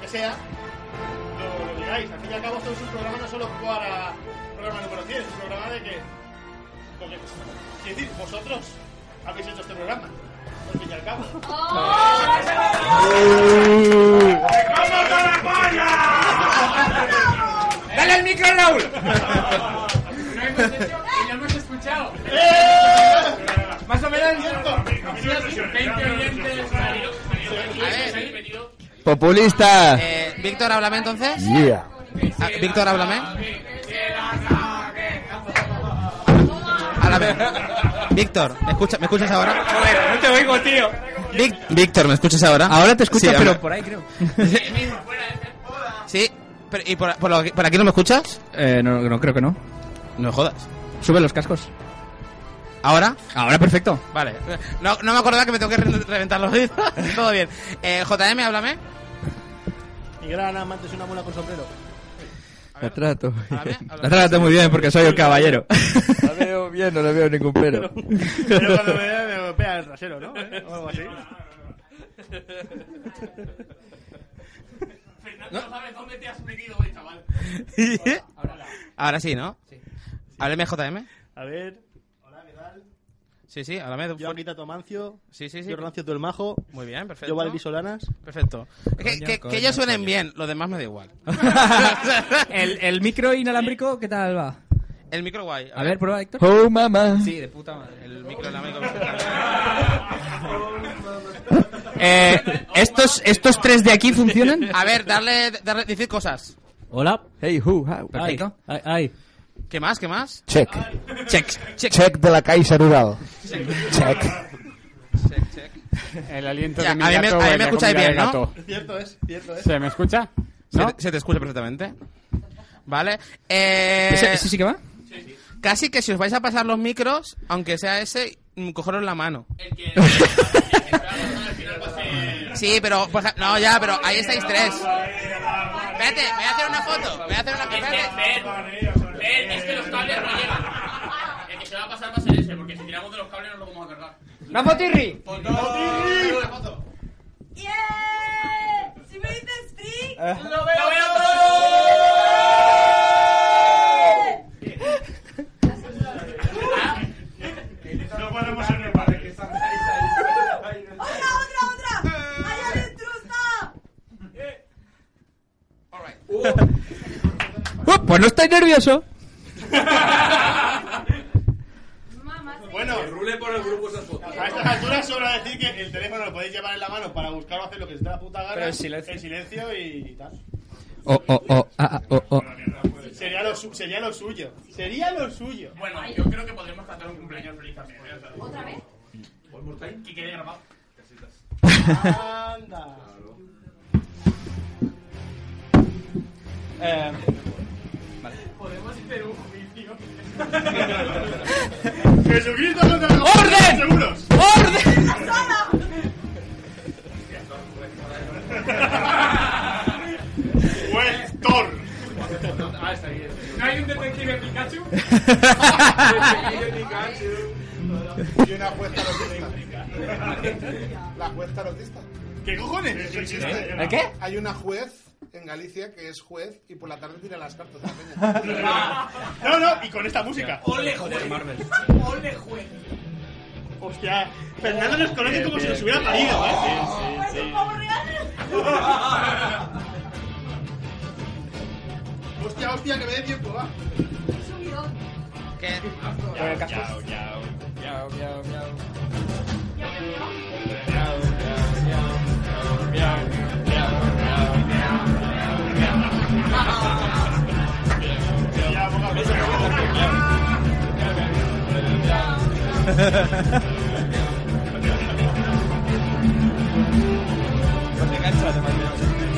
que sea, lo, lo llegáis. Al fin y al cabo, esto es un programa no solo para programa número 100, es un programa de que. Porque, quiero decir, vosotros habéis hecho este programa. Al fin y al cabo. ¡Dale el micro, Raúl! Lo hemos hecho y lo hemos escuchado. Más o menos. Sí, sí, 20 oyentes. Populista. Eh, Víctor, háblame entonces. Yeah. Ah, Víctor, háblame. Háblame. Víctor, ¿me, escucha- ¿me escuchas ahora? Joder, no te oigo, tío. Vic- Víctor, ¿me escuchas ahora? Ahora te escucho, Sí, pero ahora. por ahí creo. Sí. pero- ¿Y por, por lo- por aquí no me escuchas? Eh, no, no, creo que no. No jodas. Sube los cascos. ¿Ahora? Ahora perfecto. Vale. No, no me acordaba que me tengo que re- reventar los oídos. Todo bien. Eh, JM, háblame. Mi gran amante es una mula con sombrero. La trato. Háblame. La trataste muy bien porque soy el caballero. La veo bien, no le veo ningún pero. Pero cuando me vea, me pega el trasero, ¿no? ¿Eh? O algo así. No sabes dónde te has metido, güey, chaval. Ahora sí, ¿no? Sí. Hábleme, JM. A ver. Hola, ¿qué tal? Sí, sí, háblame. Yo, Anita Tomancio. Sí, sí, sí. Yo, Rancio el Majo. Muy bien, perfecto. Yo, Valví Solanas. Perfecto. Que, que- que ellos suenen bien, lo demás me da igual. ¿El, el micro inalámbrico, ¿qué tal va? El micro guay. A ver, prueba, Héctor. Oh, mamá. Sí, de puta madre. El micro la Eh, ¿estos, ¿Estos tres de aquí funcionan? A ver, darle, darle, decir cosas. Hola. Hey, who, how. Perfecto. Ay, ay. ¿Qué más? ¿Qué más? Check. Check, check, Check de la Caixa Rural. Check. check, check. El aliento Ya, a de mí mi me, gato. a mí huele me a escucháis comida de bien, ¿no? gato. Cierto es, cierto es. ¿Se me escucha? Se ¿No? te- Se, te escucha perfectamente. Vale. Eh, ¿Ese, ese sí que va? Casi que si os vais a pasar los micros, aunque sea ese, mm, cogeros la mano. Sí, pero. por ej- no, ya, pero ahí estáis tres. Espérate, me voy a hacer una foto. Me voy a hacer una espérate. Ven, es que los cables no llegan. El que se va a pasar va a ser ese, porque si tiramos de los cables no lo vamos a cargar. ¡Ramotirri! ¡Yeah! Si me dices free, ¡Lo veo todo! otra, otra, otra. Ahí adentro está. Uh, pues no estáis nervioso. Mamá, se- Bueno, Rule por el grupo esas fotos. a estas alturas sobra decir que el teléfono lo podéis llevar en la mano para buscar o hacer lo que os dé la puta gana. Pero en silencio. En silencio y tal. Oh, oh, oh, ah, ah, oh, oh. Sería lo, su- sería lo suyo. Sería lo suyo. Bueno, yo creo que podremos cantar un cumpleaños feliz también. otra vez. ¿Qué quede grabado? Anda. Podemos hacer un juicio. Jesucristo contra los ¡Orden! seguros. ¡Orden! Weltor. Ah, ¿No hay un detective Pikachu? Y una cuesta lotista. La cuesta lotista. ¿Qué cojones? ¿El qué? Hay una juez en Galicia que es juez y por la tarde tira las cartas de la peña. No, no, y con esta música. ¡Ole, joder, Marvel! ¡Ole, juez! Hostia, Fernando nos conoce como si nos hubiera parido, ¿eh? Pues un pavo real. Hostia, hostia, que me dé tiempo, va. Un subidón. Que- Ya, ya.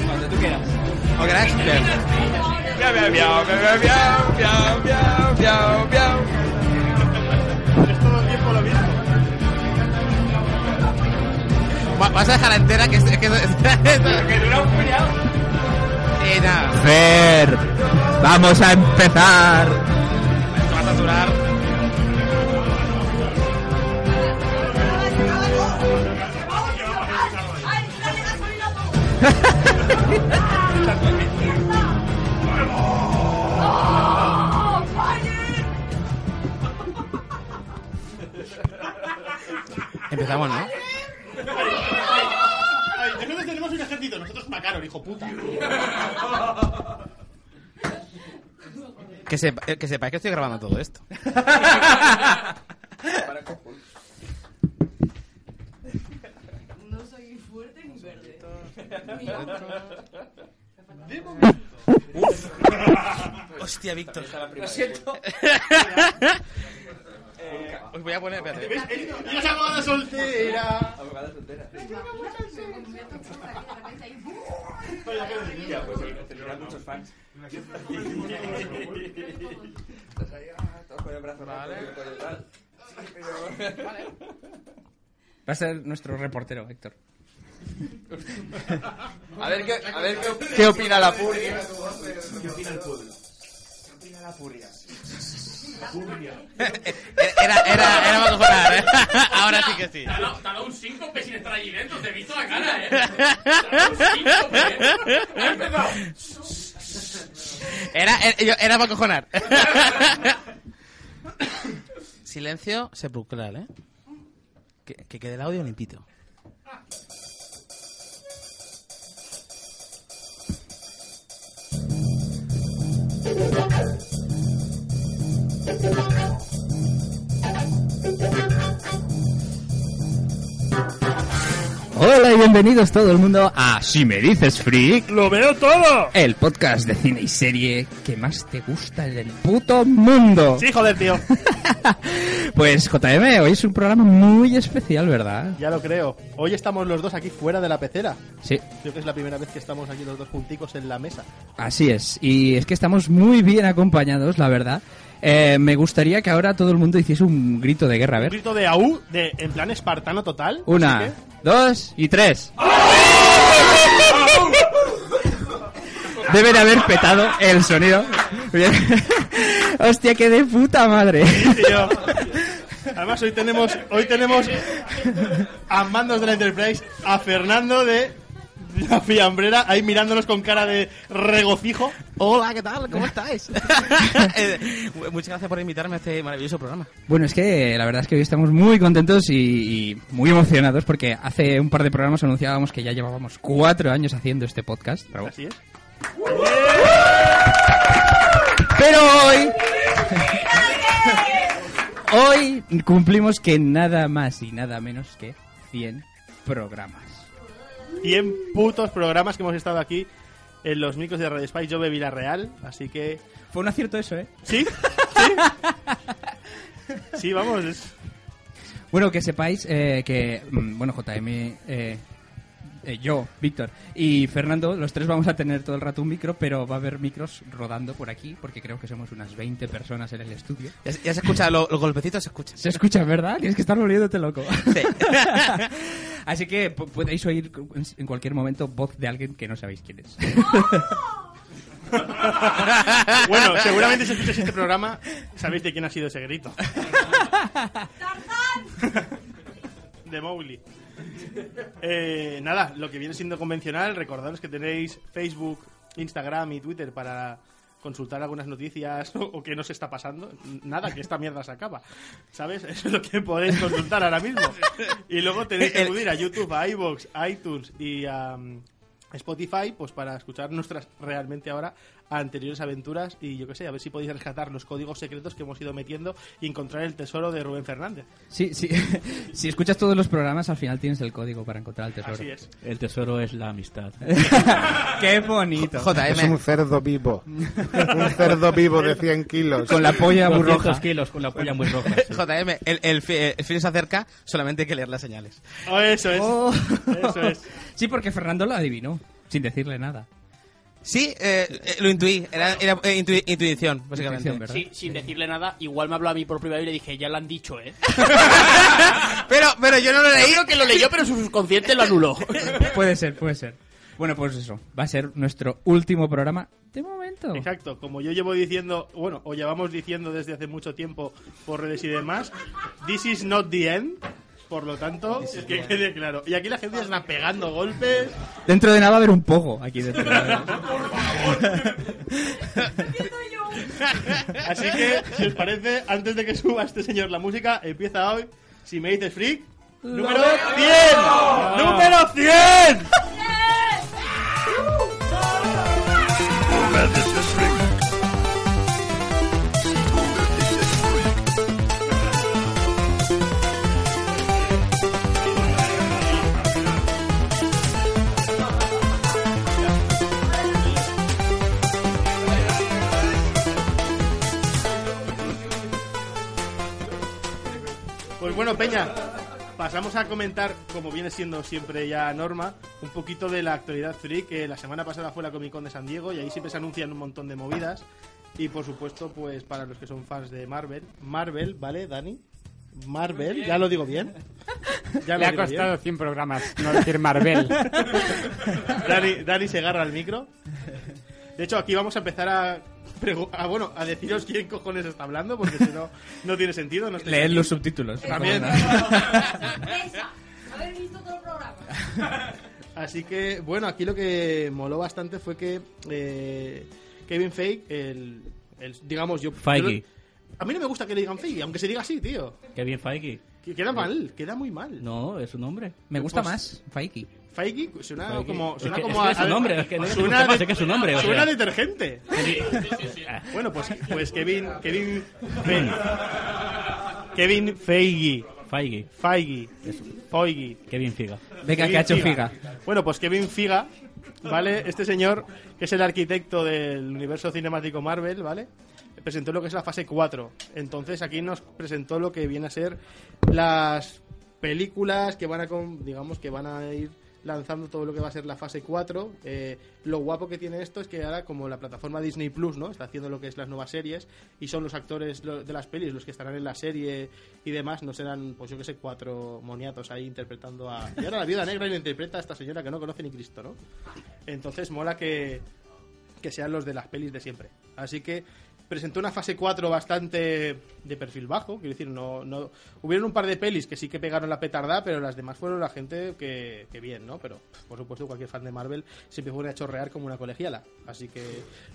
Cuando tú quieras. ¿O queráis? Es todo el tiempo lo mismo. Va- Vas a dejar entera que es. Que, que dura un puñado. Sí, nada. Fer, vamos a empezar. Esto va a saturar. ¡Ay, dale gasolina a todo! Empezamos, ¿no? Ay, nosotros tenemos un ejército, nosotros Macaron, hijo puta. Que, sepa- eh, que sepáis que estoy grabando todo esto. No soy fuerte ni verde. Ni hombre. Hostia, Víctor. Lo siento. Eh, Os voy a poner, espérate. Y las abogadas soltera. Me convierto en puta que de repente ahí, ¡bum! Va a ser nuestro reportero, Héctor. A ver qué, a ver qué, qué opina la purria. Era, era, era para cojonar, ¿eh? Ahora sí que sí. Te ha dado- te ha dado un síncope sin estar allí dentro, te he visto la cara, eh. Te ha dado un síncope, eh. Ha empezado. Era, era, yo- era para cojonar. Silencio sepulcral, ¿eh? Que, que quede el audio limpito. Hola y bienvenidos todo el mundo a Si me dices freak, lo veo todo. El podcast de cine y serie que más te gusta en el puto mundo. Sí, joder, tío. Pues JM, hoy es un programa muy especial, ¿verdad? Ya lo creo. Hoy estamos los dos aquí fuera de la pecera. Sí, Creo que es la primera vez que estamos aquí los dos junticos en la mesa. así es. Y es que estamos muy bien acompañados, la verdad. Eh, me gustaría que ahora todo el mundo hiciese un grito de guerra, a Un ver. grito de AU, de, en plan espartano total. Una, Así que- dos y tres. Deben haber petado el sonido. Bien. Hostia, qué de puta madre. Tío. Además, hoy tenemos, hoy tenemos a mandos de la Enterprise a Fernando de la fiambrera ahí mirándonos con cara de regocijo. Hola, ¿qué tal? ¿Cómo estáis? Eh, Muchas gracias por invitarme a este maravilloso programa. Bueno, es que la verdad es que hoy estamos muy contentos y, y muy emocionados porque hace un par de programas anunciábamos que ya llevábamos cuatro años haciendo este podcast. Bravo. Así es. Pero hoy. hoy cumplimos que nada más y nada menos que 100 programas. 100 putos programas que hemos estado aquí en los micros de Radio Spice. Yo bebí la real, así que... Fue un acierto eso, ¿eh? ¿Sí? ¿Sí? Sí, vamos. es- Bueno, que sepáis eh, que, mm, bueno, JM, eh, eh, yo, Víctor y Fernando, los tres vamos a tener todo el rato un micro, pero va a haber micros rodando por aquí, porque creo que somos unas 20 personas en el estudio. Ya, se- ya se escucha, lo- los golpecitos se escuchan. Se escucha, ¿verdad? Tienes que estar volviéndote loco. Sí. Así que po- podéis oír cu- en- en cualquier momento voz de alguien que no sabéis quién es. ¡Oh! Bueno, seguramente si escucháis este programa sabéis de quién ha sido ese grito. ¡Tarzán! de Mowgli. Eh, nada, lo que viene siendo convencional, recordaros que tenéis Facebook, Instagram y Twitter para consultar algunas noticias o, o qué nos está pasando. Nada, que esta mierda se acaba. ¿Sabes? Eso es lo que podéis consultar ahora mismo. Y luego tenéis que acudir a YouTube, a iVoox, a iTunes y a mm, Spotify pues para escuchar nuestras realmente ahora anteriores aventuras y yo qué sé, a ver si podéis rescatar los códigos secretos que hemos ido metiendo y encontrar el tesoro de Rubén Fernández. Sí, sí. si escuchas todos los programas, al final tienes el código para encontrar el tesoro. Así es. El tesoro es la amistad. ¡Qué bonito! Es un JM. cerdo vivo. Un cerdo vivo de 100 kilos. Con la polla muy 200 roja. kilos con la polla muy roja. sí. JM, el, el, fi- el fin se acerca, solamente hay que leer las señales. Oh, eso es. Oh. Eso es. Sí, porque Fernando lo adivinó, sin decirle nada. Sí, eh, eh, lo intuí, era, era, eh, intui- intuición, básicamente. Intuición, ¿verdad? Sí, sin decirle nada, igual me habló a mí por privado y le dije, ya lo han dicho, ¿eh? pero, pero yo no lo leí. Creo que lo leyó, pero su subconsciente lo anuló. Puede ser, puede ser. Bueno, pues eso, va a ser nuestro último programa de momento. Exacto, como yo llevo diciendo, bueno, o llevamos diciendo desde hace mucho tiempo por redes y demás, this is not the end, por lo tanto, que quede claro. Y aquí la gente está pegando golpes. Dentro de nada va a haber un poco aquí dentro. ¿Qué soy yo? Así que, si os parece, antes de que suba este señor la música, empieza hoy, si me dices freak, Número 100. Número 100. Pues bueno, Peña, pasamos a comentar, como viene siendo siempre ya norma, un poquito de la actualidad free, que la semana pasada fue la Comic Con de San Diego y ahí siempre se anuncian un montón de movidas. Y por supuesto, pues para los que son fans de Marvel, Marvel, ¿vale, Dani? Marvel, ya lo digo bien. Ya lo Le ha digo bien. costado 100 programas no decir Marvel. Dani, Dani se agarra al micro. De hecho, aquí vamos a empezar a, pregu- a, bueno, a deciros quién cojones está hablando, porque si no, no tiene sentido. No Leed los subtítulos. También. Esa. Haber visto todo el programa. Así que, bueno, aquí lo que moló bastante fue que eh, Kevin Feige, el, el- digamos yo... Feige. yo- a mí no me gusta que le digan Feige, aunque se diga así, tío. Qué bien, Feige. Que Queda mal, queda muy mal. No, es un hombre. Me gusta Pues- más Faiki. Feige suena Feige. como... Es Suena que- como es que es a- un a- hombre, es que no es que suena me gusta, de- es que es un hombre, o Suena sea. detergente. Bueno, pues, pues Kevin... Kevin Feige. Kevin Feige. Feige. Feige. Feige. Qué bien figa. Venga, Kevin que ha hecho Figa. Bueno, pues Kevin Figa, ¿vale? Este señor, que es el arquitecto del universo cinemático Marvel, ¿vale? Presentó lo que es la fase 4. Entonces aquí nos presentó lo que viene a ser las películas que van a, con- digamos, que van a ir lanzando todo lo que va a ser la fase 4. Eh, lo guapo que tiene esto es que ahora como la plataforma Disney Plus, ¿no? Está haciendo lo que es las nuevas series y son los actores lo- de las pelis los que estarán en la serie y demás, no serán, pues yo que sé, cuatro moniatos ahí interpretando a... Y ahora la viuda negra la interpreta a esta señora que no conoce ni Cristo, ¿no? Entonces mola que, que sean los de las pelis de siempre. Así que presentó una fase 4 bastante de perfil bajo, quiero decir, no, no hubieron un par de pelis que sí que pegaron la petardá, pero las demás fueron la gente que, que bien, ¿no? Pero pff, por supuesto cualquier fan de Marvel siempre pone a chorrear como una colegiala. Así que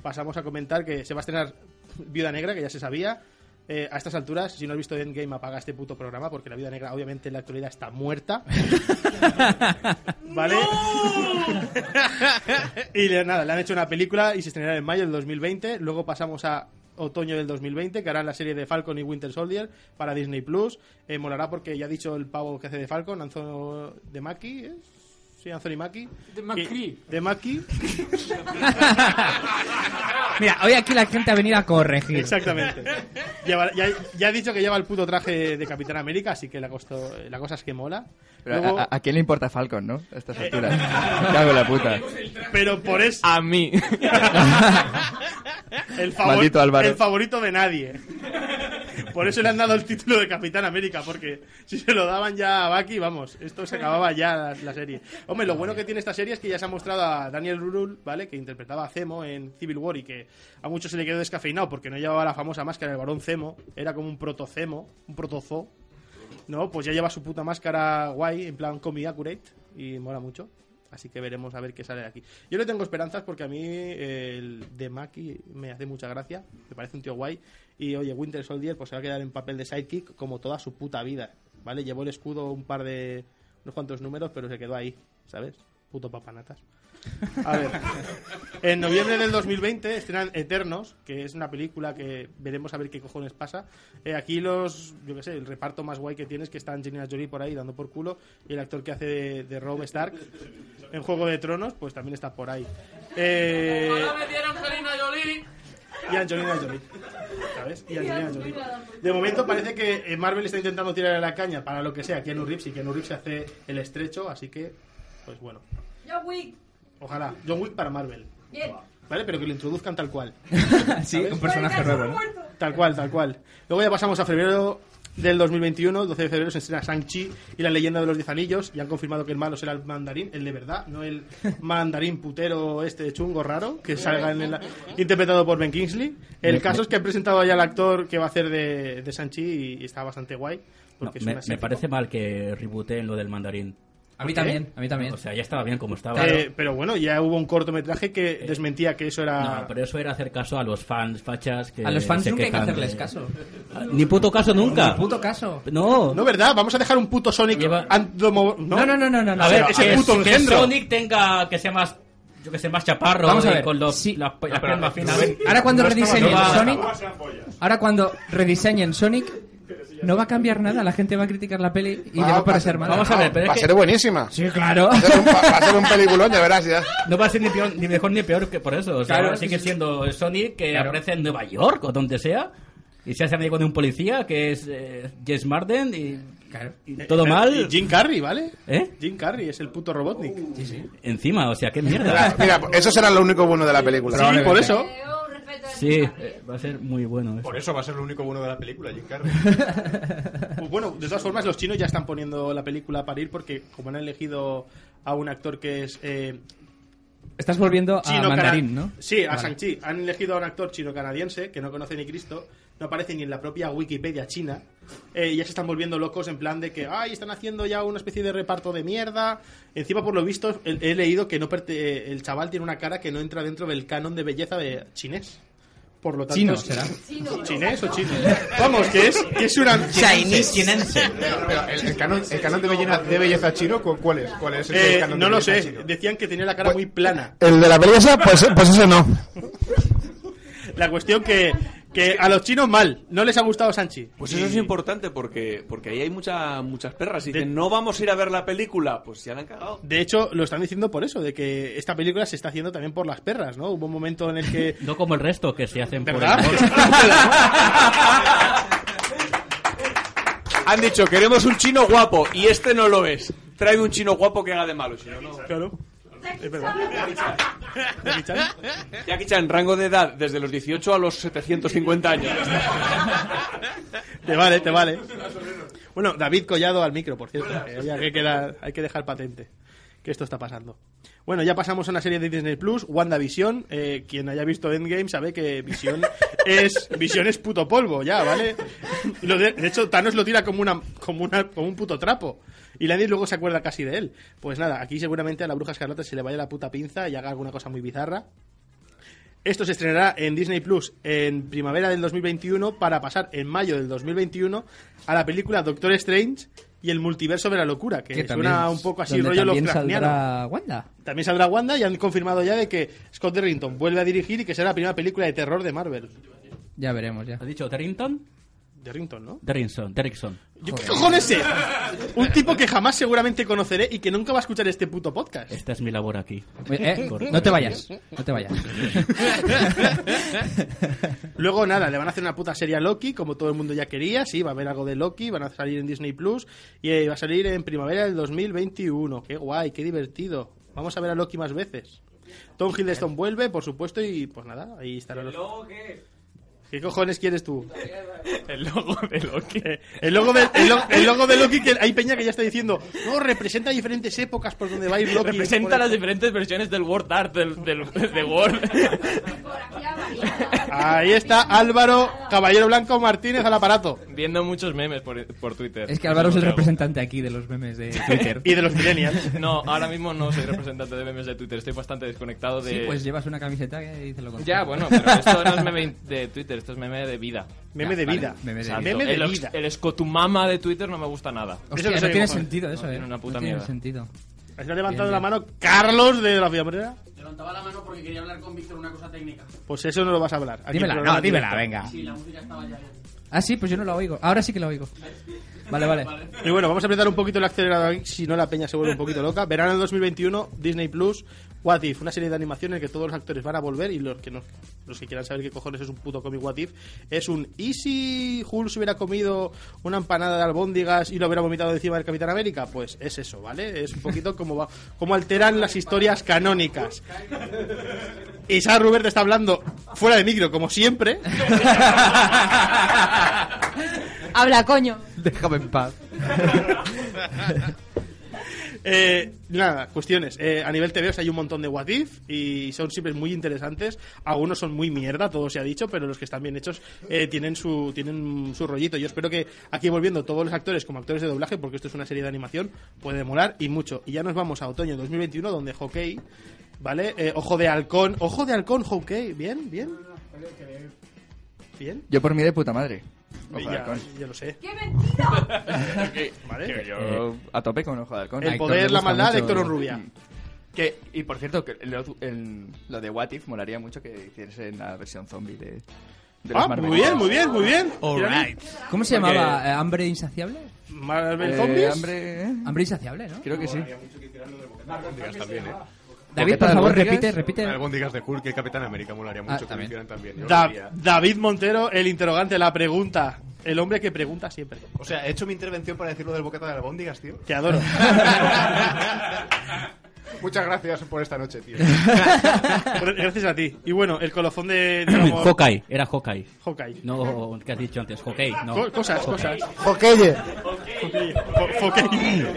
pasamos a comentar que se va a estrenar Viuda Negra, que ya se sabía. Eh, a estas alturas, si no has visto Endgame, apaga este puto programa porque la Viuda Negra obviamente en la actualidad está muerta. ¿Vale? y le- nada, le han hecho una película y se estrenará en mayo del 2020. Luego pasamos a otoño del 2020, que harán la serie de Falcon y Winter Soldier para Disney Plus. Eh, molará porque ya ha dicho el pavo que hace de Falcon, Anthony de Maki. ¿eh? Sí, Anthony Mackie. De Macri. Que- De Mackie. Mira, hoy aquí la gente ha venido a corregir. Exactamente. Lleva- ya, ya ha dicho que lleva el puto traje de Capitán América, así que la, costo- la cosa es que mola. Pero Luego- a, a- ¿a quién le importa Falcon, no? A Eh, estas alturas. Me Cago en la puta. pero por eso. A mí. El, favor- Maldito Álvaro. el favorito de nadie. Por eso le han dado el título de Capitán América, porque si se lo daban ya a Bucky, vamos, esto se acababa ya la, la serie. Hombre, lo bueno que tiene esta serie es que ya se ha mostrado a Daniel Rurul, ¿vale? Que interpretaba a Zemo en Civil War y que a muchos se le quedó descafeinado porque no llevaba la famosa máscara del varón Zemo, era como un proto-Zemo, un protozo. No, pues ya lleva su puta máscara guay, en plan comi accurate, y mola mucho. Así que veremos a ver qué sale de aquí. Yo le tengo esperanzas porque a mí eh, el de Maki me hace mucha gracia, me parece un tío guay. Y oye, Winter Soldier pues se va a quedar en papel de sidekick como toda su puta vida, ¿vale? Llevó el escudo un par de... unos cuantos números, pero se quedó ahí, ¿sabes? Puto papanatas. A ver. En noviembre del 2020 estrenan Eternos, que es una película que veremos a ver qué cojones pasa. Eh, aquí los, yo qué sé, el reparto más guay que tienes que está Angelina Jolie por ahí dando por culo y el actor que hace de, de Rob Stark en Juego de Tronos, pues también está por ahí. Eh, Ahora me dieron Angelina Jolie. y Angelina Jolie. ¿Sabes? Y Angelina Jolie. De momento parece que eh, Marvel está intentando tirar a la caña para lo que sea Keanu Reeves y Keanu Reeves se hace el estrecho, así que, pues bueno. Yo, Wick. Ojalá. John Wick para Marvel. Bien. ¿Vale? Pero que lo introduzcan tal cual. sí, un personaje nuevo. ¿no? Tal cual, tal cual. Luego ya pasamos a febrero del 2021. El 12 de febrero se estrena Shang-Chi y la leyenda de los Diez Anillos. Y han confirmado que el malo será el mandarín, el de verdad, no el mandarín putero este chungo raro que salga en el, interpretado por Ben Kingsley. El caso es que han presentado ya al actor que va a hacer de, de Shang-Chi y, y está bastante guay. No, Porque es me, una me serie. parece mal que rebooteen lo del mandarín. A mí ¿Por qué? también, a mí también. O sea, ya estaba bien como estaba. Eh, pero bueno, ya hubo un cortometraje que desmentía que eso era. Eh, No, pero eso era hacer caso a los fans fachas que A los fans se nunca hay que quejan de- hacerles caso. Ni puto caso nunca. Ni puto caso. No. No, ¿verdad? Vamos a dejar un puto Sonic. Lleva- Andromo- No, no, no, no, no. no. A ver, ese que, puto que engendro. Sonic tenga que sea más yo que sé, más chaparro Vamos a y ver, con los, sí. las, las No, pero- piernas finas. Sí. Ahora cuando No estaba- rediseñen no va- Sonic, ahora cuando rediseñen Sonic, no va a cambiar nada. La gente va a criticar la peli y Va, le va a Ah, va a parecer ser- mal. Vamos a ver, pero Va a es que ser buenísima. Sí, claro. Va a ser un, va a ser un peliculón, ya verás. Ya. no va a ser ni, peor- ni mejor ni peor que por eso. O sea, Claro, sigue sí, sí. siendo Sonic que Claro. aparece en Nueva York o donde sea y se hace amigo de un policía que es eh, Jess Marden y, Claro. y todo Eh, mal. y Jim Carrey, ¿vale? ¿Eh? Jim Carrey es el puto Robotnik. Sí, Encima, o sea, qué Mira, mierda. mira, eso será lo único bueno de la película. por eso. Yo, un respeto de Sí, mi eh, va a ser muy bueno. eh. eso. Por eso va a ser lo único bueno de la película, Jim Carrey. Pues bueno, de todas formas, los chinos ya están poniendo la película a parir porque, como han elegido a un actor que es eh, Estás volviendo a chino Mandarín, cana- ¿no? Sí, a Vale. Shang-Chi. Han elegido a un actor chino-canadiense que no conoce ni Cristo, no aparece ni en la propia Wikipedia china. eh, y ya se están volviendo locos en plan de que, ay, están haciendo ya una especie de reparto de mierda. Encima, por lo visto, he, he leído que no perte- eh, el chaval tiene una cara que no entra dentro del canon de belleza de chinés. Por lo tanto, Chino, es- será. Chino. ¿Chinés o chino? Vamos, que es, que es una. Pero, pero el, el canon, el canon de, belleza, de belleza chino, ¿cu- ¿cuál es? ¿Cuál es el Eh, canon de no lo belleza sé, chino? decían que tenía la cara muy plana. El de la belleza, pues, pues ese no. La cuestión que, que a los chinos mal, no les ha gustado Sanchi. Pues eso es importante porque, porque ahí hay mucha, muchas perras. Y De- dicen, no vamos a ir a ver la película. Pues ya la han cagado. De hecho, lo están diciendo por eso, de que esta película se está haciendo también por las perras, ¿no? Hubo un momento en el que... No como el resto que se hacen por ¿Verdad? el- Han dicho, queremos un chino guapo. Y este no lo es. Trae un chino guapo que haga de malo. Si no, no. claro. Es verdad. Jackie Chan. Jackie Chan, rango de edad desde los 18 a los 750 años. Te vale, te vale. Bueno, David Collado al micro, por cierto. que había que quedar- hay que dejar patente que esto está pasando. Bueno, ya pasamos a una serie de Disney Plus, WandaVision. Eh, quien haya visto Endgame sabe que Visión es Visión es puto polvo, ya, ¿vale? Lo de, de hecho, Thanos lo tira como una como una como un puto trapo. Y nadie luego se acuerda casi de él. Pues nada, aquí seguramente a la bruja escarlata se le vaya la puta pinza y haga alguna cosa muy bizarra. Esto se estrenará en Disney Plus en primavera del 2021 para pasar en mayo del 2021 a la película Doctor Strange y el multiverso de la locura, que, Que también suena un poco así donde rollo también Lovecraftiano. saldrá Wanda. También saldrá Wanda y han confirmado ya de que Scott Derrington vuelve a dirigir y que será la primera película de terror de Marvel. Ya veremos, ya. ¿Has dicho Terrington? Derrington, ¿no? Derrickson, Derrickson. Yo, ¿Qué cojones es? Un tipo que jamás seguramente conoceré y que nunca va a escuchar este puto podcast. Esta es mi labor aquí. Eh, Correcto. no te vayas, no te vayas. Luego, nada, le van a hacer una puta serie a Loki, como todo el mundo ya quería. Sí, va a haber algo de Loki, van a salir en Disney Plus y eh, va a salir en primavera del 2021. Qué guay, qué divertido. Vamos a ver a Loki más veces. Tom Hiddleston vuelve, por supuesto, y pues nada, ahí estará los... ¿Qué cojones quieres tú? El logo de Loki. Eh, el, logo de, el, lo- el logo de Loki, que hay peña que ya está diciendo, no, representa diferentes épocas por donde va a ir Loki. Representa Por- las diferentes versiones del Word Art del, del- de Word. Tipografía variada. Ahí está Álvaro Caballero Blanco Martínez al aparato. Viendo muchos memes por, por Twitter. Es que Álvaro es el Eso lo traigo. representante aquí de los memes de Twitter. Y de los millennials. No, ahora mismo no soy representante de memes de Twitter. Estoy bastante desconectado de. Sí, pues llevas una camiseta que dice lo contrario. Ya, bueno, pero esto no es meme de Twitter, esto es meme de vida. Ya, Meme de vale. vida. Meme de Exacto. vida. Meme de el, ox- vida. el escotumama de Twitter no me gusta nada. Hostia, no no, sé qué tiene cojones. sentido eso, No eh. tiene una puta no tiene mierda. sentido. Ahí Está levantando Bien, la mano Carlos de la Fiambrera. Levantaba la mano porque quería hablar con Víctor una cosa técnica. Pues eso no lo vas a hablar. Aquí Dímela, en programa no, dímela, directo. venga. Sí, la música estaba ya. Ah, sí, pues yo no la oigo. Ahora sí que la oigo. Vale, vale. Y bueno, vamos a apretar un poquito el acelerador, aquí, si no la peña se vuelve un poquito loca. Verano del 2021, Disney Plus, What If, una serie de animación en la que todos los actores van a volver y los que no, los que quieran saber qué cojones es un puto cómic What If, es un ¿y si Hulk se hubiera comido una empanada de albóndigas y lo hubiera vomitado encima del Capitán América? Pues es eso, ¿vale? Es un poquito como, va, como alteran las historias canónicas. Isaac Rubert te está hablando fuera de micro, como siempre. Habla, coño. Déjame en paz. Eh, nada, cuestiones. Eh, a nivel TV hay un montón de what if y son siempre muy interesantes. Algunos son muy mierda, todo se ha dicho, pero los que están bien hechos eh, tienen, su, tienen su rollito. Yo espero que aquí volviendo todos los actores como actores de doblaje, porque esto es una serie de animación, puede demorar y mucho. Y ya nos vamos a otoño 2021, donde hockey, ¿vale? Eh, ojo de halcón, ojo de halcón, hockey, bien, bien. Bien. Yo por mí de puta madre. Ojo de Ya, halcón. ya lo sé. ¡Qué mentira! ¿Vale? Eh, Yo a tope con Ojo de Halcón. El A Héctor poder, le la gusta maldad de mucho- Héctor Onrubia. Que, y por cierto, que lo, el- lo de What If molaría mucho que hiciesen la versión zombie de, de los Ah, Marvel. muy bien, muy bien, muy bien. Alright. ¿Cómo se Porque- llamaba? ¿Eh, ¿Hambre insaciable? Marvel Eh, Zombies. hambre- Hambre insaciable, ¿no? Creo que sí. Albóndigas también, ¿eh? David, por Boquetas, favor, albóndigas, repite, repite. Albóndigas de Hulk y Capitán América molaría mucho Ah, que también. lo hicieran también. Yo Da- lo vería. David Montero, el interrogante, la pregunta. El hombre que pregunta siempre. O sea, he hecho mi intervención para decir lo del bocata de albóndigas, tío. Te adoro. Muchas gracias por esta noche, tío. Gracias a ti. Y bueno, el colofón de. digamos, Hawkeye, era Hawkeye. Hawkeye. No, ¿qué has dicho antes? Hawkeye, no. Co- cosas, Hawkeye. cosas. Joqueye.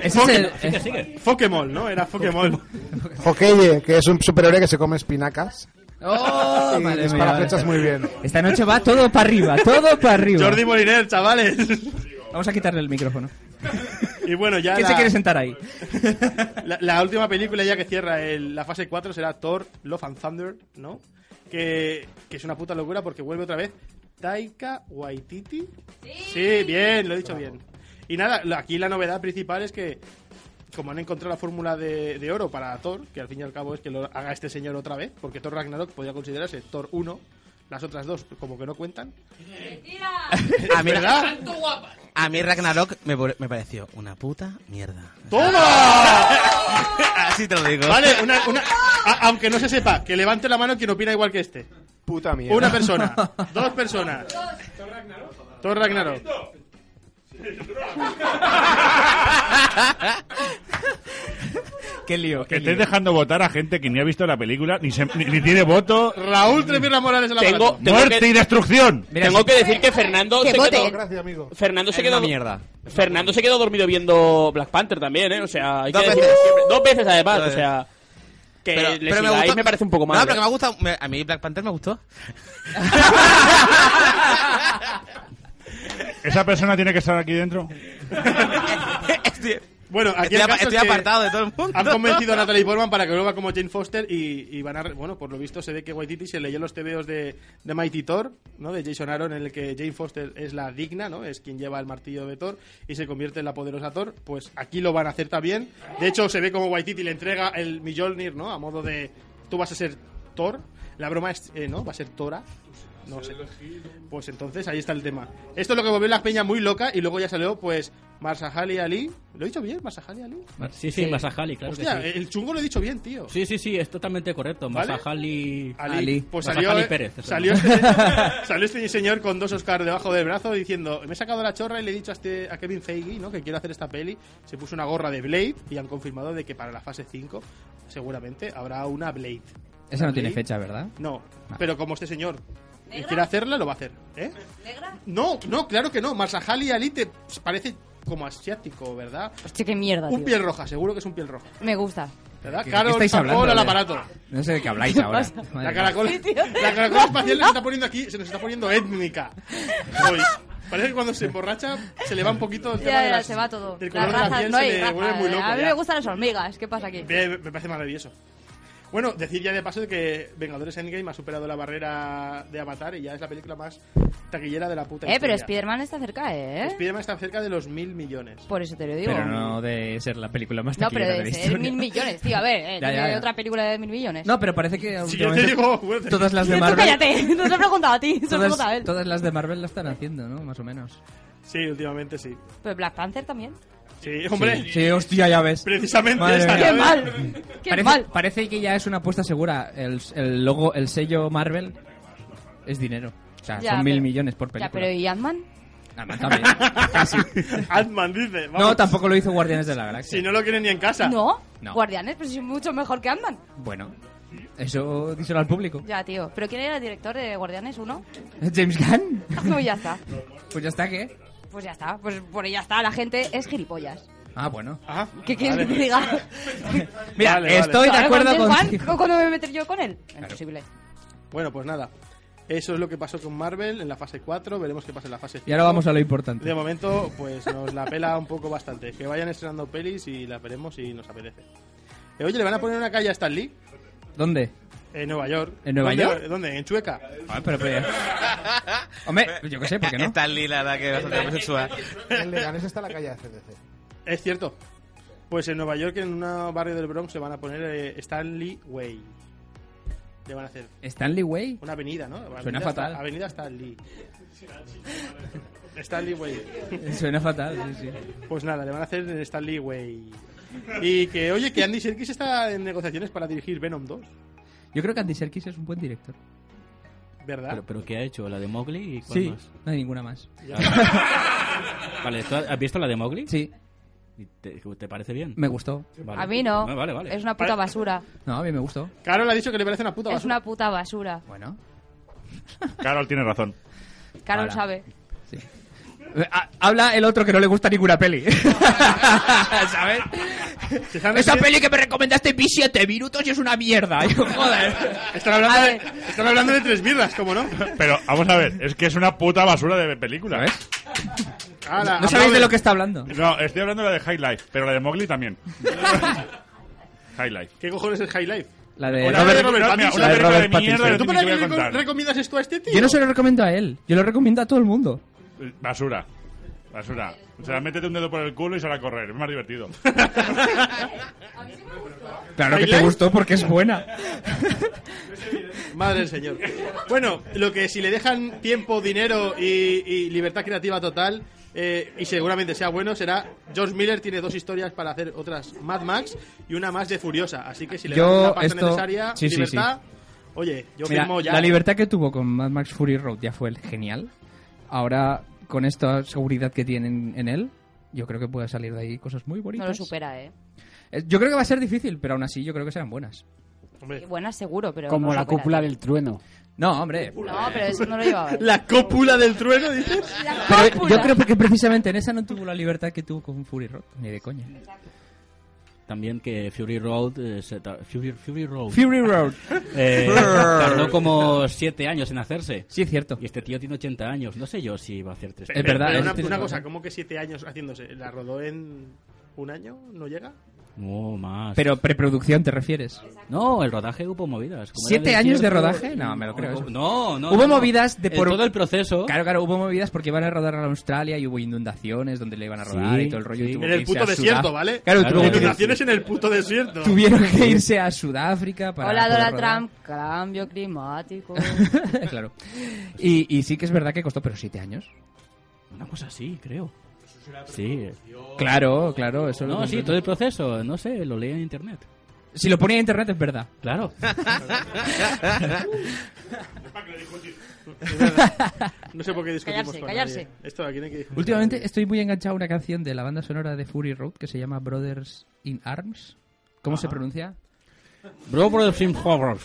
Ese es el- Sigue, sigue. Pokémon, ¿no? Era Pokémon. Joqueye, que es un superhéroe que se come espinacas. ¡Oh! Y madre dispara mía, vale. flechas muy bien. Esta noche va todo para arriba, todo para arriba. Jordi Moliner, chavales. Vamos a quitarle el micrófono. Y bueno, ya. ¿Quién la- se quiere sentar ahí? La, la última película ya que cierra el- la fase 4 será Thor, Love and Thunder, ¿no? Que, que es una puta locura porque vuelve otra vez Taika Waititi. Sí, bien, lo he dicho bien. Y nada, lo- aquí la novedad principal es que como han encontrado la fórmula de, de oro para Thor, que al fin y al cabo es que lo haga este señor otra vez, porque Thor Ragnarok podía considerarse Thor 1, las otras dos como que no cuentan. A mí, ¿Verdad? a mí Ragnarok me, pare- me pareció una puta mierda. ¡Toma! Así te lo digo. Vale, una- una- a- aunque no se sepa, que levante la mano quien opina igual que este. Puta mierda. Una persona, dos personas. Thor Ragnarok. Qué lío, qué Estáis lío. dejando votar a gente que ni ha visto la película, ni, se- ni, ni tiene voto. Raúl Tremierna Morales en la Tengo- aparato. tengo Muerte que- y destrucción. Mira, Tengo que decir que Fernando Que se voten. quedó... Gracias, amigo. Fernando se Es quedó... una mierda. Fernando se quedó dormido viendo Black Panther también, ¿eh? O sea, hay Dos que veces. decirlo siempre. Dos veces además, Dos o sea... Que Pero- le pero me sigáis gustó- me parece un poco mal. ¿eh? No, pero que me ha gustado. me- a mí Black Panther me gustó. ¿Esa persona tiene que estar aquí dentro? Bueno, aquí Estoy el apa- caso es estoy que apartado de todo el mundo. Han convencido a Natalie Portman para que vuelva como Jane Foster y, y van a... re- Bueno, por lo visto se ve que Waititi se leyó los tebeos de, de Mighty Thor, ¿no? De Jason Aaron, en el que Jane Foster es la digna, ¿no? Es quien lleva el martillo de Thor y se convierte en la poderosa Thor. Pues aquí lo van a hacer también. De hecho, se ve como Waititi le entrega el Mjolnir, ¿no? A modo de... Tú vas a ser Thor. La broma es... eh, ¿No? Va a ser Tora. No sé. Pues entonces ahí está el tema. Esto es lo que volvió la peña muy loca y luego ya salió pues Marsahali Ali. ¿Lo he dicho bien? Marsahali Ali. Sí, sí, Masahali, claro que Eh, Hostia, sí. el chungo lo he dicho bien, tío. Sí, sí, sí, es totalmente correcto. ¿Vale? Masahali... Ali. Pues Masahali salió, eh, Pérez. eso. salió, este, salió este señor con dos Oscar debajo del brazo diciendo, me he sacado la chorra y le he dicho a, este, a Kevin Feige ¿no? que quiero hacer esta peli. Se puso una gorra de Blade y han confirmado de que para la fase 5 seguramente habrá una Blade. Esa no tiene Blade. fecha, ¿verdad? No, pero como este señor quiere hacerla, lo va a hacer. ¿eh? ¿Negra? No, no, claro que no. Marsahali Ali te parece como asiático, ¿verdad? Hostia, qué mierda, Un tío. piel roja, seguro que es un piel roja. Me gusta. ¿Verdad? ¿Qué- Carol, qué estáis Facol, hablando? al A ver. aparato. No sé de qué habláis ¿Qué ahora. pasa? Madre La mía. caracola, Sí, tío. la caracola espacial nos está poniendo aquí, se nos está poniendo étnica. Hoy. Parece que cuando se emborracha se le va un poquito el Ya, tema de ya, las- se va todo. del Las color de la razas, piel, no se hay le razas. vuelve muy loco. a mí ya. me gustan las hormigas. ¿Qué pasa Eh, aquí? Me, me parece maravilloso. Bueno, decir ya de paso que Vengadores Endgame ha superado la barrera de Avatar y ya es la película más taquillera de la puta Eh, pero historia. Spider-Man está cerca, ¿eh? Spider-Man está cerca de los mil millones. Por eso te lo digo. Pero no de ser la película más No, pero taquillera de la de ser historia. mil millones, tío. A ver, eh, Ya, ya, tiene ya. otra película de mil millones. No, pero parece que Si yo te últimamente digo, bueno, todas las de Tú Marvel, cállate, no te he preguntado a ti, se lo he preguntado a todas, él. todas las de Marvel lo están haciendo, ¿no? Más o menos. Sí, últimamente sí. Pues Black Panther también. Sí, hombre. Sí, sí, Eh, hostia, ya ves. Precisamente Madre esa, mía. ya Qué ves. mal, qué parece, mal. Parece que ya es una apuesta segura. El, el logo, el sello Marvel es dinero. O Ah, sea, Ya, son pero- mil millones por película. Ya, pero ¿y Ant-Man? Además, también. Casi. Ant-Man dice. vamos. No, tampoco lo hizo Guardianes de la Galaxia. Si no lo quieren ni en casa. ¿No? No. Guardianes, pero si es mucho mejor que Ant-Man. Bueno, eso díselo al público. Ya, tío. ¿Pero quién era el director de Guardianes 1? James Gunn. Pues ya está. Pues ya está, ¿qué? Pues ya está. Pues por ahí ya está. La gente es gilipollas. Ah, bueno. ¿Qué quieres que te diga? Mira, Vale, estoy de ¿Ahora acuerdo con con... Telfan? ¿Cómo- ¿Cuándo me voy a meter yo con él? Imposible. Bueno, pues nada. Eso es lo que pasó con Marvel en la fase 4. Veremos qué pasa en la fase 5. Y ahora vamos a lo importante. De momento, pues nos la pela un poco bastante. Que vayan estrenando pelis y las veremos si nos apetece. Eh, oye, ¿le van a poner una calle a Stan Lee? ¿Dónde? En Nueva York. ¿En Nueva ¿Dónde- York? ¿Dónde? ¿En Chueca? Ah, pero, pero- Hombre, yo qué sé, ¿por qué no? Está lila la que vas a tener sexual. En Leganés está la calle de CDC. Es cierto. Pues en Nueva York, en un barrio del Bronx, se van a poner eh, Stan Lee Way. Le van a hacer. ¿Stanley Way? Una avenida, ¿no? Avenida Suena Sta- fatal. avenida Stan Lee. Stan Lee Way. Suena fatal, sí, sí. Pues nada, le van a hacer en Stan Lee Way. Y que, oye, que Andy Serkis está en negociaciones para dirigir Venom 2, Yo creo que Andy Serkis es un buen director. ¿verdad? ¿Pero, pero qué ha hecho? ¿La de Mowgli y cuál Sí, más? no hay ninguna más. Vale. Vale, ¿tú has has visto la de Mowgli? Sí. ¿Te, te parece bien? Me gustó. Vale. Ah, A mí no. Vale, vale. Es una puta basura. No, a mí me gustó. Carol ha dicho que le parece una puta Es una puta basura. Bueno. Carol tiene razón. Carol Ahora. sabe. Ha- Ah, Habla el otro que no le gusta ninguna peli. ¿Sabes? Esa peli que me recomendaste vi siete minutos y es una mierda. Yo, joder. Están hablando, de, están hablando de tres mierdas, ¿cómo no? Pero vamos a ver, es que es una puta basura de película, ¿eh? Ala, No sabéis de lo que está hablando. No, estoy hablando de la de High Life, pero la de Mowgli también. High Life. ¿Qué cojones es High Life? La de Una Robert- película de no, mira, Pattinson. una Una película Robert de mierda Pattinson. que ¿Tú ni para te qué voy a le con- contar. recomiendas esto a este tío? Yo no se lo recomiendo a él. Yo lo recomiendo a todo el mundo. Basura. Basura. O sea, métete un dedo por el culo y sal a correr. Es más divertido. Claro que te ¿Bailar? gustó porque es buena. Madre del señor. Bueno, lo que si le dejan tiempo, dinero y, y libertad creativa total, eh, y seguramente sea bueno, será... George Miller tiene dos historias para hacer otras Mad Max y una más de Furiosa. Así que si le Yo dan la pasta esto- necesaria, sí, sí, libertad... Oye, yo Mira, firmo ya... La libertad que tuvo con Mad Max Fury Road ya fue el genial. Ahora, con esta seguridad que tienen en él, yo creo que puede salir de ahí cosas muy No bonitas. lo supera, ¿eh? Eh, Yo creo que va a ser difícil, pero aún así yo creo que serán buenas. Y Buena seguro, pero Como no la supera. cúpula del trueno. No, hombre. No, pero eso no lo llevaba. él. La cópula del trueno, dices. Pero yo creo que precisamente en esa no tuvo la libertad que tuvo con Fury Road, ni de coña. También que Fury Road... eh, se ta- Fury, Fury Road. Fury Road. Eh, Brrr. tardó como 7 años en hacerse. Sí, es cierto. Y este tío tiene 80 años. No sé yo si va a hacer tres. Es este verdad, Pero él una, tiene una razón. cosa, ¿cómo que siete años haciéndose? ¿La rodó en un año? ¿No llega? No, más. Pero preproducción, ¿te refieres? No, el rodaje hubo movidas. Como ¿Siete era años de desierto- rodaje? No, me lo creo. eso. No, no. Hubo no. movidas de En por. todo el proceso. Claro, claro, hubo movidas porque iban a rodar a Australia y hubo inundaciones donde le iban a rodar Sí, y todo el rollo. y sí. tuvo En que el irse puto a Sudáf- desierto, ¿vale? Claro, tuvo que- Inundaciones en el puto desierto. tuvieron que irse a Sudáfrica para. Hola, poder Donald rodar. Trump. Cambio climático. claro. Y, y sí que es verdad que costó, pero siete años. Una cosa así, creo. Sí. Claro, claro, eso No, lo- sí, todo el proceso. No sé, lo leí en internet. Si lo ponía en internet es verdad. Claro. Es verdad. No sé por qué discutimos Callarse, con callarse. nadie. Esto aquí no hay que discutir. Últimamente estoy muy enganchado a una canción de la banda sonora de Fury Road que se llama Brothers in Arms. ¿Cómo se pronuncia? Bro, Brothers in Arms.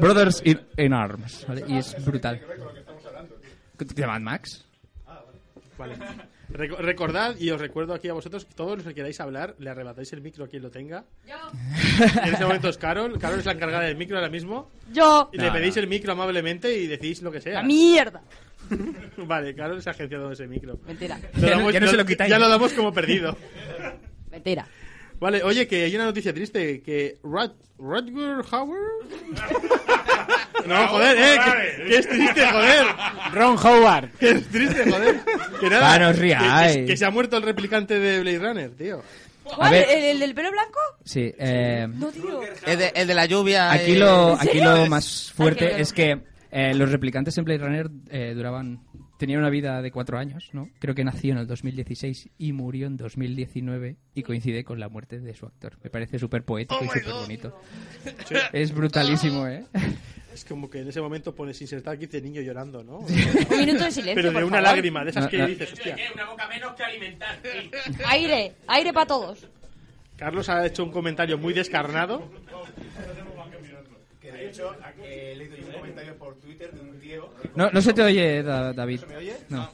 Brothers in, in Arms. ¿vale? Y es brutal. ¿De Mad Max? Vale. Reco- recordad, y os recuerdo aquí a vosotros, todos los que queráis hablar, le arrebatáis el micro a quien lo tenga. En este momento es Carol. Carol es la encargada del micro ahora mismo. Yo. Y le pedís el micro amablemente y decís lo que sea. La mierda. Vale, Carol se ha agenciado ese micro. Mentira. Lo Ya no- damos- ya no se lo quitáis. Ya lo damos como perdido. Mentira. Vale, oye, que hay una noticia triste, que Rod Rodger Howard... No, joder, eh, que, que es triste, joder. Ron Howard. Que es triste, joder. Que nada, Ah, no os que- riáis. que, que se ha muerto el replicante de Blade Runner, tío. ¿Cuál? ver. ¿El, el del pelo blanco? Sí. eh, No, tío. El de, el de la lluvia. aquí eh, lo, ¿en aquí serio? lo más Ay, fuerte qué es que eh, los replicantes en Blade Runner eh, duraban... Tenían una vida de cuatro años, ¿no? Creo que nació en el 2016 y murió en 2019 y coincide con la muerte de su actor. Me parece súper poético y súper bonito. Sí. Es brutalísimo, ¿eh? Es como que en ese momento pones insertar aquí de niño llorando, ¿no? Un minuto de silencio, Pero de por una favor. lágrima, de esas No, que no. dices, hostia. Una boca menos que alimentar. sí. Aire. Aire para todos. Carlos ha hecho un comentario muy descarnado. Que de hecho, aquí he leído yo un comentario por Twitter de un tío. que No, no se te oye, Da- David. ¿No se me oye? No.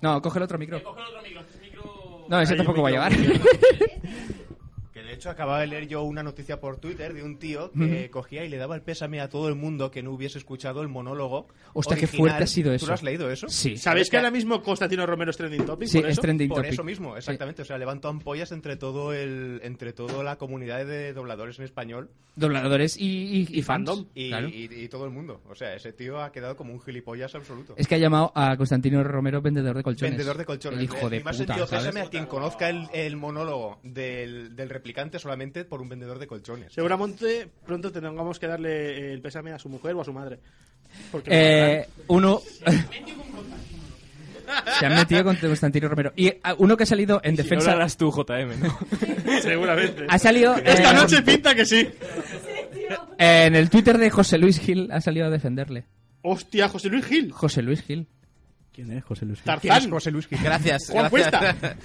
No, coge el otro micro. Coge el otro micro, este micro- No, ese Hay tampoco un va a llevar. micro. Que de hecho acababa de leer yo una noticia por Twitter de un tío que Ujú. cogía y le daba el pésame a todo el mundo que no hubiese escuchado el monólogo. Hostia, qué original. fuerte ha sido ¿Tú eso. lo has leído eso? Sí. ¿Sabéis que ahora mismo Constantino Romero es trending topic? Sí, por es eso? trending Por topic. eso mismo, exactamente. O sea, levantó ampollas entre todo el, entre toda la comunidad de dobladores en español. Dobladores y, y, y fans. Y, claro. y- y todo el mundo. O sea, ese tío ha quedado como un gilipollas absoluto. Es que ha llamado a Constantino Romero vendedor de colchones. Vendedor de colchones. El hijo Eh, de y me puta, ha sentido ¿sabes? pésame a quien conozca el, el monólogo del, del replicante solamente por un vendedor de colchones. Seguramente pronto tengamos que darle el pésame a su mujer o a su madre. Porque Eh, uno... Se han metido con Constantino Romero. Y ah, uno que ha salido en Si defensa... no lo harás tú, JM, ¿no? Seguramente. Ha salido, Esta eh, noche pinta que sí. Eh, en el Twitter de José Luis Gil ha salido a defenderle. Hostia, José Luis Gil. José Luis Gil. ¿Quién es José Luis? Tarzán. ¿Quién es José Luis Gil? Gracias, Juan gracias. Cuesta.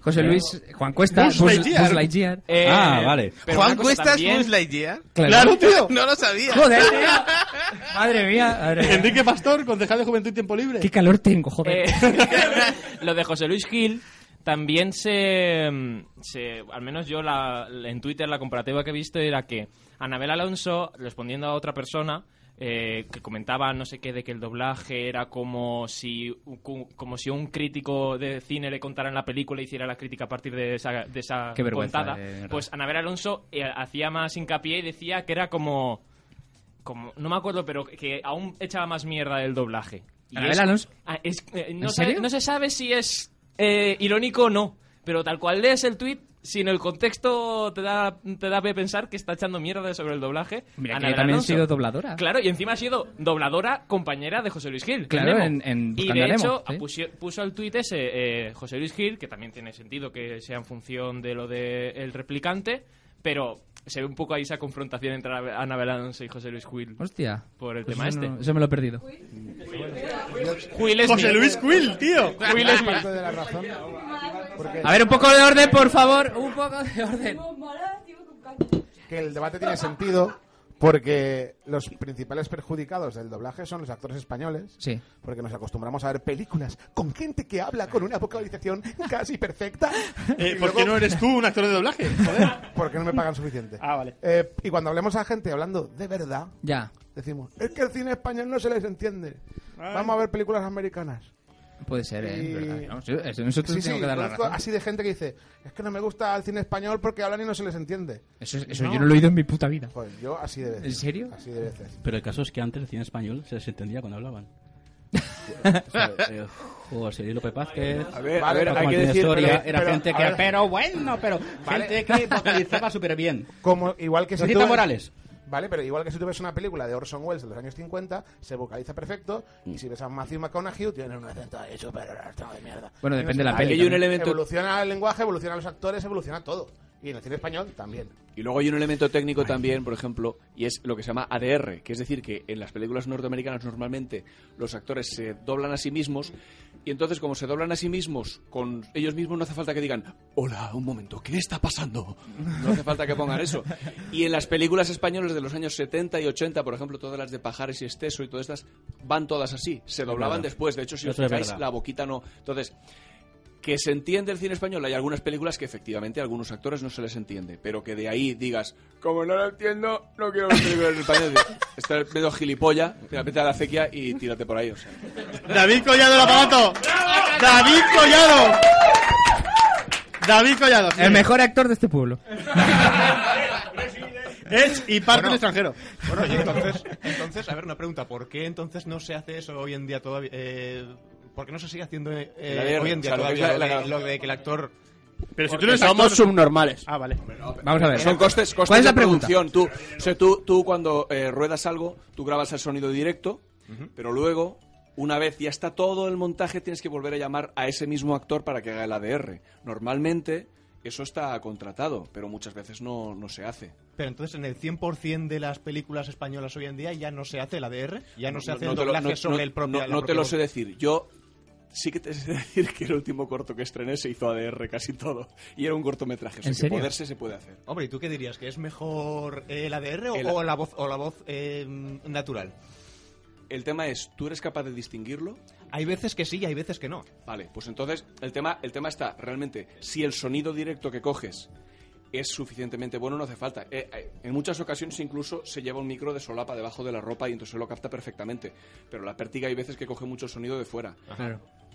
José Luis- Juan Cuesta, Buzz Buzz Lightyear. Buzz Lightyear. Ah, vale. Juan Cuestas Buzz Lightyear. Claro, tío. No lo sabía. Joder, eh. Madre mía. madre mía. Enrique Pastor, concejal de Juventud y Tiempo Libre. Qué calor tengo, joder. Eh, lo de José Luis Gil también se, se- al menos yo la- en Twitter la comparativa que he visto era que Anabel Alonso respondiendo a otra persona eh, que comentaba no sé qué de que el doblaje era como si un- como si un crítico de cine le contara en la película e hiciera la crítica a partir de esa, de esa Qué vergüenza, contada eh, verdad. pues Anabel Alonso eh, hacía más hincapié y decía que era como como no me acuerdo pero que aún echaba más mierda del doblaje Y Anabel es- Alonso. Ah, es- eh, no, ¿En sabe- serio? no se sabe si es eh, irónico o no, pero tal cual lees el tweet, sin el contexto te da, te da pie pensar que está echando mierda sobre el doblaje. Mira, que Ana yo también he Alonso. sido dobladora. Claro, y encima ha sido dobladora compañera de José Luis Gil. Claro, Nemo. en- en Y Buscando de a Nemo, hecho, sí. puso, puso el tweet ese eh, José Luis Gil, que también tiene sentido que sea en función de lo del replicante, pero se ve un poco ahí esa confrontación entre Ana Alonso y José Luis Gil. Hostia. Por el Pues tema eso este. no- eso me lo he perdido. Quill es José mío. Luis Quill, tío. Quill es mío. de la razón. A ver, un poco de orden, por favor. Un poco de orden. que el debate tiene sentido porque los principales perjudicados del doblaje son los actores españoles, Sí. porque nos acostumbramos a ver películas con gente que habla con una vocalización casi perfecta. Eh, Y ¿Por qué luego- no eres tú un actor de doblaje? Joder. Porque no me pagan suficiente. Ah, vale. Eh, y cuando hablemos a gente hablando de verdad, Ya. decimos, es que el cine español no se les entiende. Ay. Vamos a ver películas americanas. Puede ser, ¿eh? Y- Verdad. No, sí, eso- en eso te Sí, tengo sí, que dar la conozco razón. Así de gente que dice, es que no me gusta el cine español porque hablan y no se les entiende. Eso, eso yo no lo he oído en mi puta vida. Joder, yo así de veces. ¿En serio? Así de veces. Pero el caso es que antes el cine español se les entendía cuando hablaban. Eh, José López Vázquez, A ver, a Paco ver, hay que Martínez decir, Soria, pero- era pero- gente a que, ver. pero bueno, pero Vale. gente que vocalizaba súper bien. Como, igual que Rosita tú ves- Morales. Vale, pero igual que si tú ves una película de Orson Welles de los años 50, se vocaliza perfecto. Mm. Y si ves a Matthew McConaughey, tiene un acento ahí súper de mierda. Bueno, Y depende sé, de la vale, peli y un también. elemento- Evoluciona el lenguaje, evoluciona los actores, evoluciona todo. Y en el cine español también. Y luego hay un elemento técnico también, por ejemplo, y es lo que se llama ADR, que es decir, que en las películas norteamericanas normalmente los actores se doblan a sí mismos, y entonces como se doblan a sí mismos, con ellos mismos no hace falta que digan, hola, un momento, ¿qué está pasando? No hace falta que pongan eso. Y en las películas españolas de los años 70 y 80, por ejemplo, todas las de Pajares y Esteso y todas estas, van todas así, se doblaban verdad. después, de hecho si os Eso es fijáis, verdad. la boquita no. Entonces, que se entiende el cine español, hay algunas películas que efectivamente a algunos actores no se les entiende, pero que de ahí digas, como no lo entiendo, no quiero ver películas en español. Estar medio gilipollas, te la peta a la acequia y tírate por ahí. O sea. David Collado el aparato. David Collado. David Collado. sí. El mejor actor de este pueblo. Es y parte Bueno. en extranjero. Bueno, y entonces, entonces, a ver, una pregunta. ¿Por qué entonces no se hace eso hoy en día todavía? Eh, ¿Por qué no se sigue haciendo eh, La guerra, hoy en día o sea, lo que todavía es lo la- de, la- lo de que el actor... Pero si tú eres actor- Somos subnormales. Ah, vale. Vamos a ver. Son costes, costes ¿Cuál es de la pregunta? producción. Tú, o sea, tú, tú cuando eh, ruedas algo, tú grabas el sonido directo, pero luego, una vez ya está todo el montaje, tienes que volver a llamar a ese mismo actor para que haga el ADR. Normalmente eso está contratado, pero muchas veces no, no se hace. Pero entonces en el 100% de las películas españolas hoy en día ya no se hace el ADR, ya no, se hace el te lo- doblaje no- sobre no- el propio... No, no te lo sé decir. Yo sí que te sé decir que el último corto que estrené se hizo ADR casi todo. Y era un cortometraje. O sea, ¿En que serio? poderse se puede hacer. Hombre, ¿y tú qué dirías? ¿Que es mejor eh, el ADR o, El- mm, o la voz, o la voz eh, natural? el tema es, ¿tú eres capaz de distinguirlo? Hay veces que sí y hay veces que no. Vale, pues entonces el tema, el tema está realmente, si el sonido directo que coges es suficientemente bueno, no hace falta. Eh, eh, en muchas ocasiones incluso se lleva un micro de solapa debajo de la ropa y entonces lo capta perfectamente. Pero la pértiga hay veces que coge mucho sonido de fuera.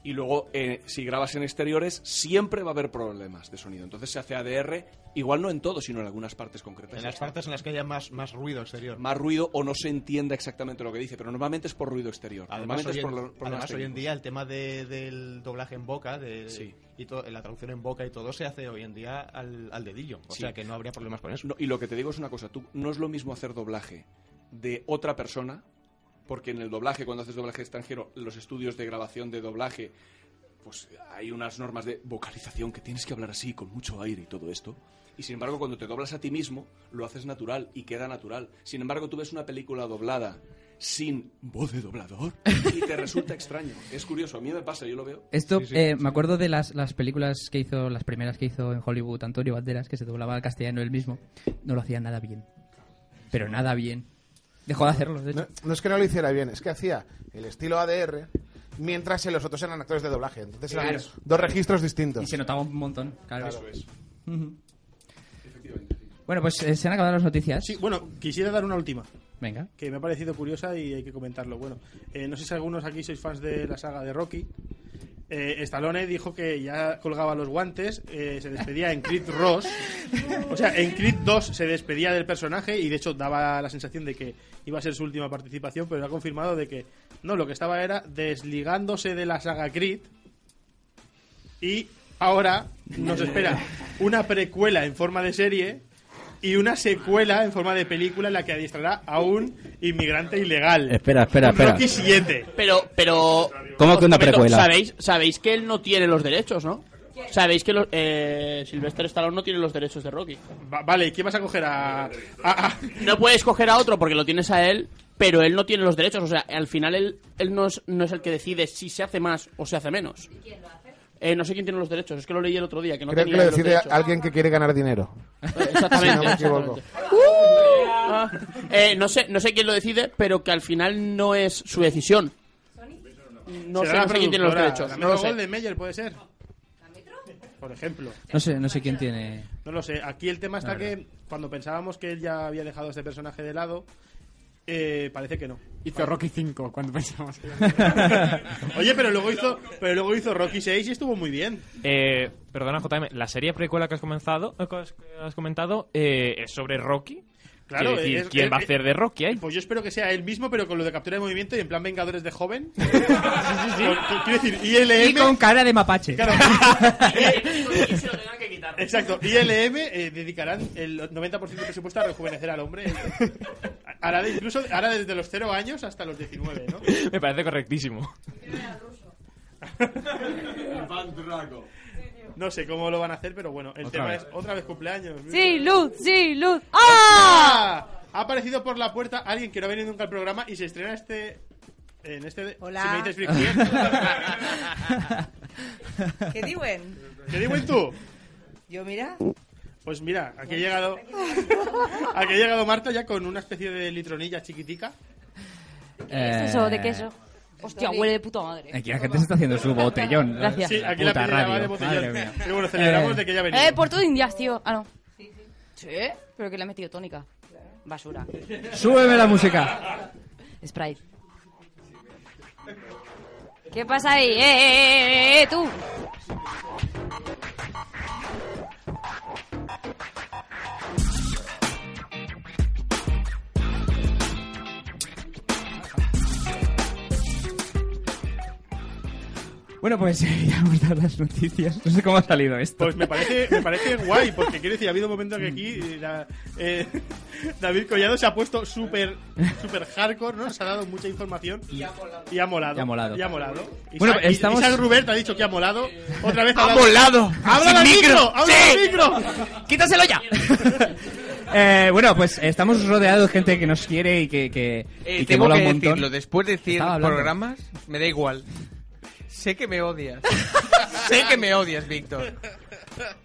Y luego, eh, si grabas en exteriores, siempre va a haber problemas de sonido. Entonces se hace ADR, igual no en todo, sino en algunas partes concretas. En las partes en las que haya más, más ruido exterior. Más ruido o no se entienda exactamente lo que dice, pero normalmente es por ruido exterior. Además, normalmente hoy es por en, lo- problemas además, hoy en técnicos. día el tema de- del doblaje en boca de, y to- la traducción en boca y todo se hace hoy en día al, al dedillo. O Sí. sea que no habría problemas con eso. No, y lo que te digo es una cosa, tú no es lo mismo hacer doblaje de otra persona, porque en el doblaje, cuando haces doblaje extranjero, los estudios de grabación de doblaje, pues hay unas normas de vocalización que tienes que hablar así, con mucho aire y todo esto. Y sin embargo, cuando te doblas a ti mismo, lo haces natural y queda natural. Sin embargo, tú ves una película doblada sin voz de doblador y te resulta extraño. Es curioso, a mí me pasa, yo lo veo. Esto, eh, me acuerdo de las, las películas que hizo, las primeras que hizo en Hollywood Antonio Banderas, que se doblaba al castellano él mismo. No lo hacía nada bien. Pero nada bien. Dejó de hacerlo, de hecho. No, no es que no lo hiciera bien, es que hacía el estilo ADR mientras los otros eran actores de doblaje. Entonces eran Claro. dos registros distintos. Y se notaba un montón, claro. Eso es. Ujú. Bueno, pues eh, se han acabado las noticias. Sí, bueno, quisiera dar una última. Venga. Que me ha parecido curiosa y hay que comentarlo. Bueno, eh, no sé si algunos aquí sois fans de la saga de Rocky. Eh, Stallone dijo que ya colgaba los guantes, eh, se despedía en Creed Ross. O sea, en Creed 2 se despedía del personaje y de hecho daba la sensación de que iba a ser su última participación, pero ha confirmado de que no, lo que estaba era desligándose de la saga Creed y ahora nos espera una precuela en forma de serie y una secuela en forma de película en la que adiestrará a un inmigrante ilegal. Espera, espera, espera. Rocky 7. Pero, pero. ¿Cómo que una Os comento, precuela? Sabéis, sabéis que él no tiene los derechos, ¿no? Sabéis que los, eh, Sylvester Stallone no tiene los derechos de Rocky. vale, ¿y quién vas a coger a.? No puedes coger a otro porque lo tienes a él, pero él no tiene los derechos. O sea, al final él, él no, es, no es el que decide si se hace más o se hace menos. Eh, no sé quién tiene los derechos, es que lo leí el otro día. Que no Creo que tenía lo los decide derechos. alguien que quiere ganar dinero. Exactamente. Si no me equivoco. exactamente. Ah, eh, no, sé, no sé quién lo decide, pero que al final no es su decisión. No sé, Será no sé quién tiene los productora, derechos. La No lo Metro sé. Golden Mayer puede ser. Por ejemplo. No sé, no sé quién tiene. No lo sé. Aquí el tema está La que cuando pensábamos que él ya había dejado a este personaje de lado, eh, parece que no. Hizo Rocky 5 cuando pensamos que... Oye, pero luego hizo, pero luego hizo Rocky 6 y estuvo muy bien. Eh, perdona, JM, la serie precuela que has, comenzado, eh, que has- que has comentado eh, es sobre Rocky. Claro, Quiere decir, es- ¿quién es- va a hacer de Rocky ahí? Pues yo espero que sea él mismo, pero con lo de captura de movimiento y en plan Vengadores de joven. Con- con- quiero decir, ILM. Y con cara de mapache. Exacto, ILM eh, dedicarán el 90% de presupuesto a rejuvenecer al hombre. Hará de- incluso hará desde los 0 años hasta los 19, ¿no? Me parece correctísimo. No sé cómo lo van a hacer, pero bueno, el Otra tema vez. es otra vez cumpleaños. Sí, luz, sí, luz. ¡Ah! ¡Ah! Ha aparecido por la puerta alguien que no ha venido nunca al programa y se estrena este. En este. Hola. Si me dices Big Bang. ¿eh? ¿Qué diuen? ¿Qué digo en tú? Yo, mira. Pues mira, aquí ha llegado. Aquí ha llegado Marta ya con una especie de litronilla chiquitica. Eh, Es eso de queso. Eh, Hostia, huele de puta madre. Aquí la gente se está haciendo su botellón. Gracias. Sí, aquí la puta pillaba radio. de botellón. Madre mía. Pero bueno, celebramos Eh, de que ya venía. Eh, por todo indias, tío. Ah, no. Sí, pero que le he metido tónica. Basura. Súbeme la música. Sprite. ¿Qué pasa ahí? ¡Eh, eh, eh, eh, eh, tú! Bueno, pues ya hemos dado las noticias. No sé cómo ha salido esto. Pues me parece, me parece guay, porque quiero decir, ha habido un momento que aquí eh, la- eh, David Collado se ha puesto súper super hardcore, ¿no? Nos ha dado mucha información y ha molado. Y ha molado. Y ha molado. Isaac- Bueno, estamos- Isaac Rubert ha dicho que ha molado. Otra vez ¡Ha hablado- molado! ¡Habla al ¡Sin micro! micro! ¡Habla ¡Sí! al micro! ¡Quítaselo ya! Eh, bueno, pues estamos rodeados de gente que nos quiere y que, que, y Eh, que tengo mola que un montón. decirlo, después de 100 Estaba hablando. programas, me da igual. Sé que me odias. sé que me odias, Víctor.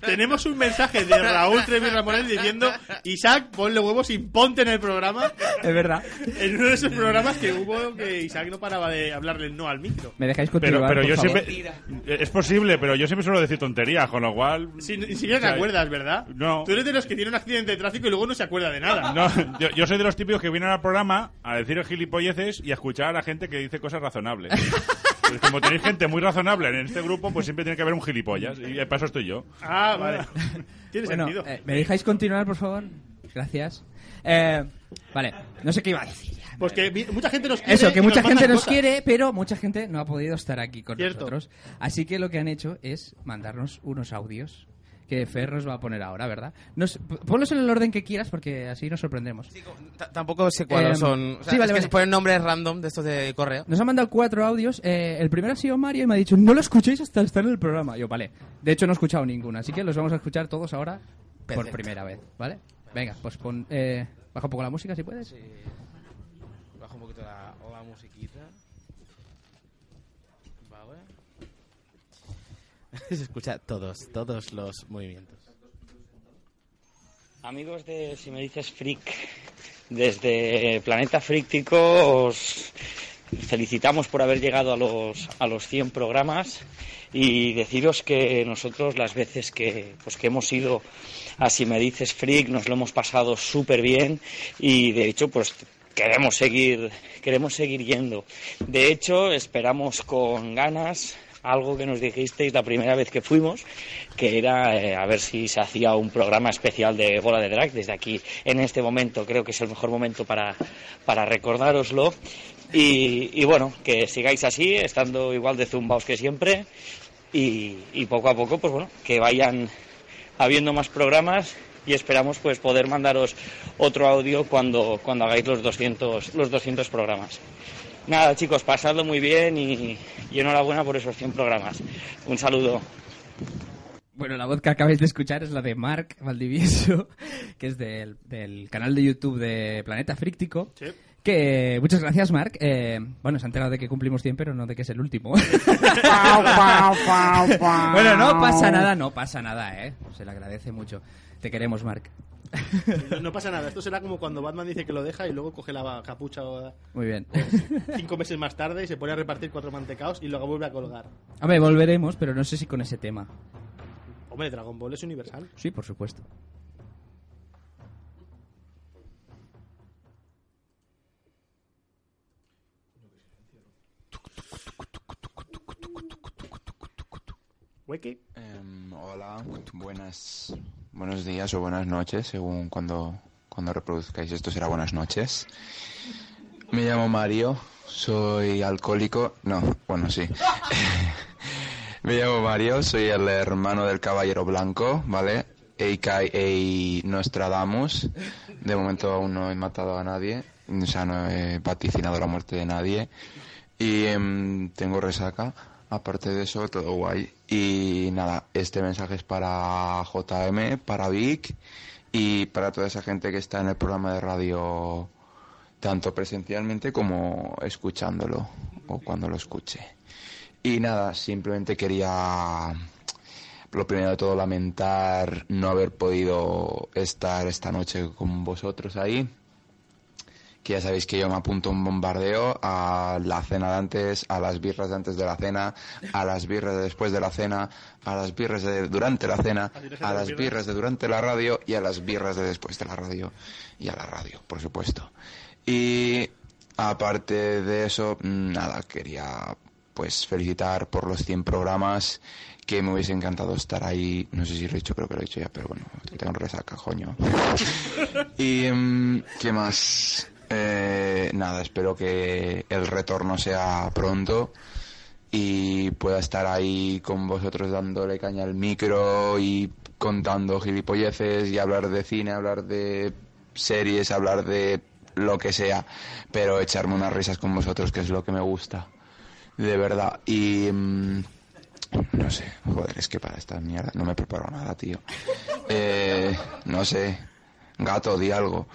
Tenemos un mensaje de Raúl Trevi Ramonet diciendo: Isaac, ponle huevos y ponte en el programa. Es verdad. En uno de esos programas que hubo que Isaac no paraba de hablarle no al micro. ¿Me dejáis Pero, continuar, pero por yo favor? siempre. Eh, Es posible, pero yo siempre suelo decir tonterías, con lo cual. Si, ni siquiera te O sea, acuerdas, ¿verdad? No. Tú eres de los que tiene un accidente de tráfico y luego no se acuerda de nada. No, yo, yo soy de los típicos que vienen al programa a decir gilipolleces y a escuchar a la gente que dice cosas razonables. Pues como tenéis gente muy razonable en este grupo, pues siempre tiene que haber un gilipollas. Y para eso estoy yo. Ah, vale. Tiene Bueno, sentido. eh, ¿Me dejáis continuar, por favor? Gracias. Eh, vale, no sé qué iba a decir. ya. Pues que vi- mucha gente nos quiere. Eso, y que mucha manda gente nos cosas. quiere, pero mucha gente no ha podido estar aquí con Cierto. nosotros. Así que lo que han hecho es mandarnos unos audios que Ferros va a poner ahora, ¿verdad? Nos, ponlos en el orden que quieras porque así nos sorprendemos. T- Tampoco sé cuáles Eh, son. O sea, sí, vale, es que vale. se ponen nombres random de estos de correo. Nos han mandado cuatro audios. eh, el primero ha sido Mario y me ha dicho, no lo escuchéis hasta estar en el programa. Yo, vale. De hecho, no he escuchado ninguno, así que los vamos a escuchar todos ahora por Perfecto. primera vez, ¿vale? Venga, pues pon, eh, baja un poco la música si puedes. Bajo un poquito la, la musiquita. Vale. Se escucha todos, todos los movimientos. Amigos de Si me dices freak, desde Planeta Fríctico os felicitamos por haber llegado a los, a los 100 programas y deciros que nosotros las veces que, pues que hemos ido a Si me dices freak nos lo hemos pasado súper bien y de hecho pues queremos seguir, queremos seguir yendo. De hecho esperamos con ganas algo que nos dijisteis la primera vez que fuimos, que era eh, a ver si se hacía un programa especial de Bola de Drag desde aquí en este momento. Creo que es el mejor momento para, para recordároslo. Y, y bueno, que sigáis así, estando igual de zumbaos que siempre. Y, y poco a poco, pues bueno, que vayan habiendo más programas y esperamos pues poder mandaros otro audio cuando, cuando hagáis los 200, los 200 programas. Nada, chicos, pasadlo muy bien y, y enhorabuena por esos 100 programas. Un saludo. Bueno, la voz que acabáis de escuchar es la de Mark Valdivieso, que es del, del canal de YouTube de Planeta Fríctico. Que muchas gracias, Mark. Eh, bueno, se ha enterado de que cumplimos 100, pero no de que es el último. bueno, no pasa nada, no pasa nada, ¿eh? Se le agradece mucho. Te queremos, Mark. No, no pasa nada. Esto será como cuando Batman dice que lo deja y luego coge la capucha o- Muy bien. cinco meses más tarde y se pone a repartir cuatro mantecaos y luego vuelve a colgar. Hombre, volveremos, pero no sé si con ese tema. Hombre, Dragon Ball es universal. Sí, por supuesto. Em, hola, buenas, buenos días o buenas noches, según cuando, cuando reproduzcáis esto será buenas noches. Me llamo Mario, soy alcohólico, no, bueno, sí. Me llamo Mario, soy el hermano del Caballero Blanco, ¿vale? AKA Nostradamus. De momento aún no he matado a nadie, o sea, no he vaticinado la muerte de nadie. Y em, tengo resaca. Aparte de eso, todo guay. Y nada, este mensaje es para JM, para Vic y para toda esa gente que está en el programa de radio, tanto presencialmente como escuchándolo o cuando lo escuche. Y nada, simplemente quería, lo primero de todo, lamentar no haber podido estar esta noche con vosotros ahí que ya sabéis que yo me apunto a un bombardeo a la cena de antes, a las birras de antes de la cena, a las birras de después de la cena, a las birras de durante la cena, a las birras de durante la radio y a las birras de después de la radio y a la radio, por supuesto. Y aparte de eso, nada, quería pues felicitar por los 100 programas que me hubiese encantado estar ahí, no sé si lo he dicho, creo que lo he dicho ya, pero bueno, tengo resaca, coño. Y mm, qué más. Eh, nada, espero que el retorno sea pronto y pueda estar ahí con vosotros dándole caña al micro y contando gilipolleces y hablar de cine, hablar de series, hablar de lo que sea, pero echarme unas risas con vosotros, que es lo que me gusta, de verdad. Y mm, no sé, joder, es que para esta mierda no me preparo nada, tío. Eh, no sé, gato, di algo.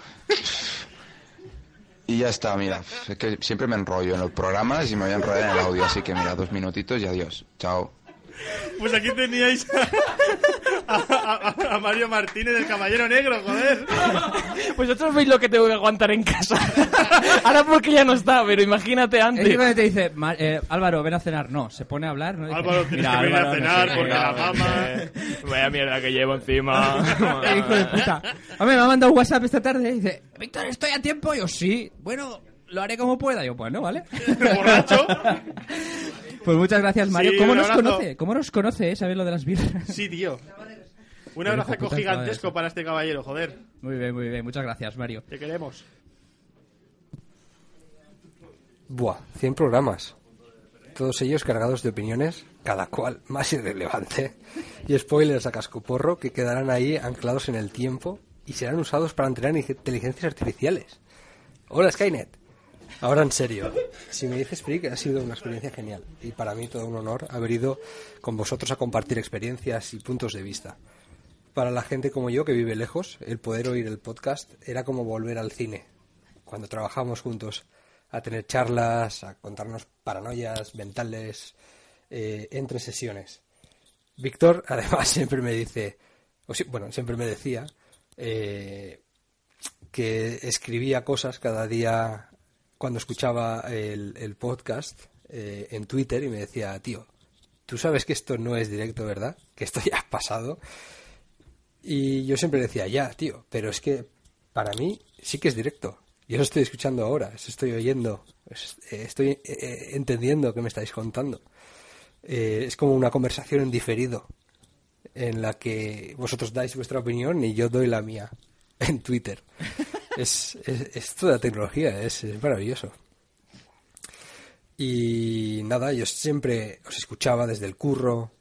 Y ya está, mira, es que siempre me enrollo en los programas y me voy a enrollar en el audio, así que mira, dos minutitos y adiós. Chao. Pues aquí teníais a, a- a- a Mario Martínez, el caballero negro, joder. Vosotros veis lo que tengo que aguantar en casa. Ahora porque ya no está, pero imagínate antes. Es que cuando te dice, "Ma- eh, Álvaro, ven a cenar. No, se pone a hablar. ¿no? Dice, Álvaro, tienes "Mira, que venir a Álvaro, no cenar sé qué, Eh, porque la Álvaro". Vaya mierda que llevo encima. Eh, hijo de puta. Hombre, me ha mandado un WhatsApp esta tarde y dice, Víctor, ¿estoy a tiempo? Yo sí. Bueno, lo haré como pueda. Yo, bueno, ¿vale? pues muchas gracias, Mario. Sí, ¿Cómo un nos abrazo. conoce? ¿Cómo nos conoce, eh, saber lo de las birras? Sí, tío. Un Pero, abrazo hijo puta, gigantesco para este caballero, joder. Muy bien, muy bien. Muchas gracias, Mario. Te queremos. Buah, 100 programas. Todos ellos cargados de opiniones, cada cual más irrelevante. Y spoilers a cascoporro que quedarán ahí anclados en el tiempo y serán usados para entrenar inteligencias artificiales. Hola Skynet. Ahora en serio, si me dices Frick ha sido una experiencia genial y para mí todo un honor haber ido con vosotros a compartir experiencias y puntos de vista. Para la gente como yo que vive lejos, el poder oír el podcast era como volver al cine, cuando trabajamos juntos, a tener charlas, a contarnos paranoias mentales eh, entre sesiones. Víctor, además, siempre me dice, o sí, bueno, siempre me decía eh, que escribía cosas cada día cuando escuchaba el, el podcast eh, en Twitter y me decía, tío, tú sabes que esto no es directo, ¿verdad? Que esto ya ha pasado. Y yo siempre decía, ya, tío, pero es que para mí sí que es directo. Yo lo estoy escuchando ahora, os estoy oyendo, os- eh, estoy eh, eh, entendiendo que me estáis contando. Eh, es como una conversación en diferido, en la que vosotros dais vuestra opinión y yo doy la mía en Twitter. es, es, es toda tecnología, es- es maravilloso. Y nada, yo siempre os escuchaba desde el curro,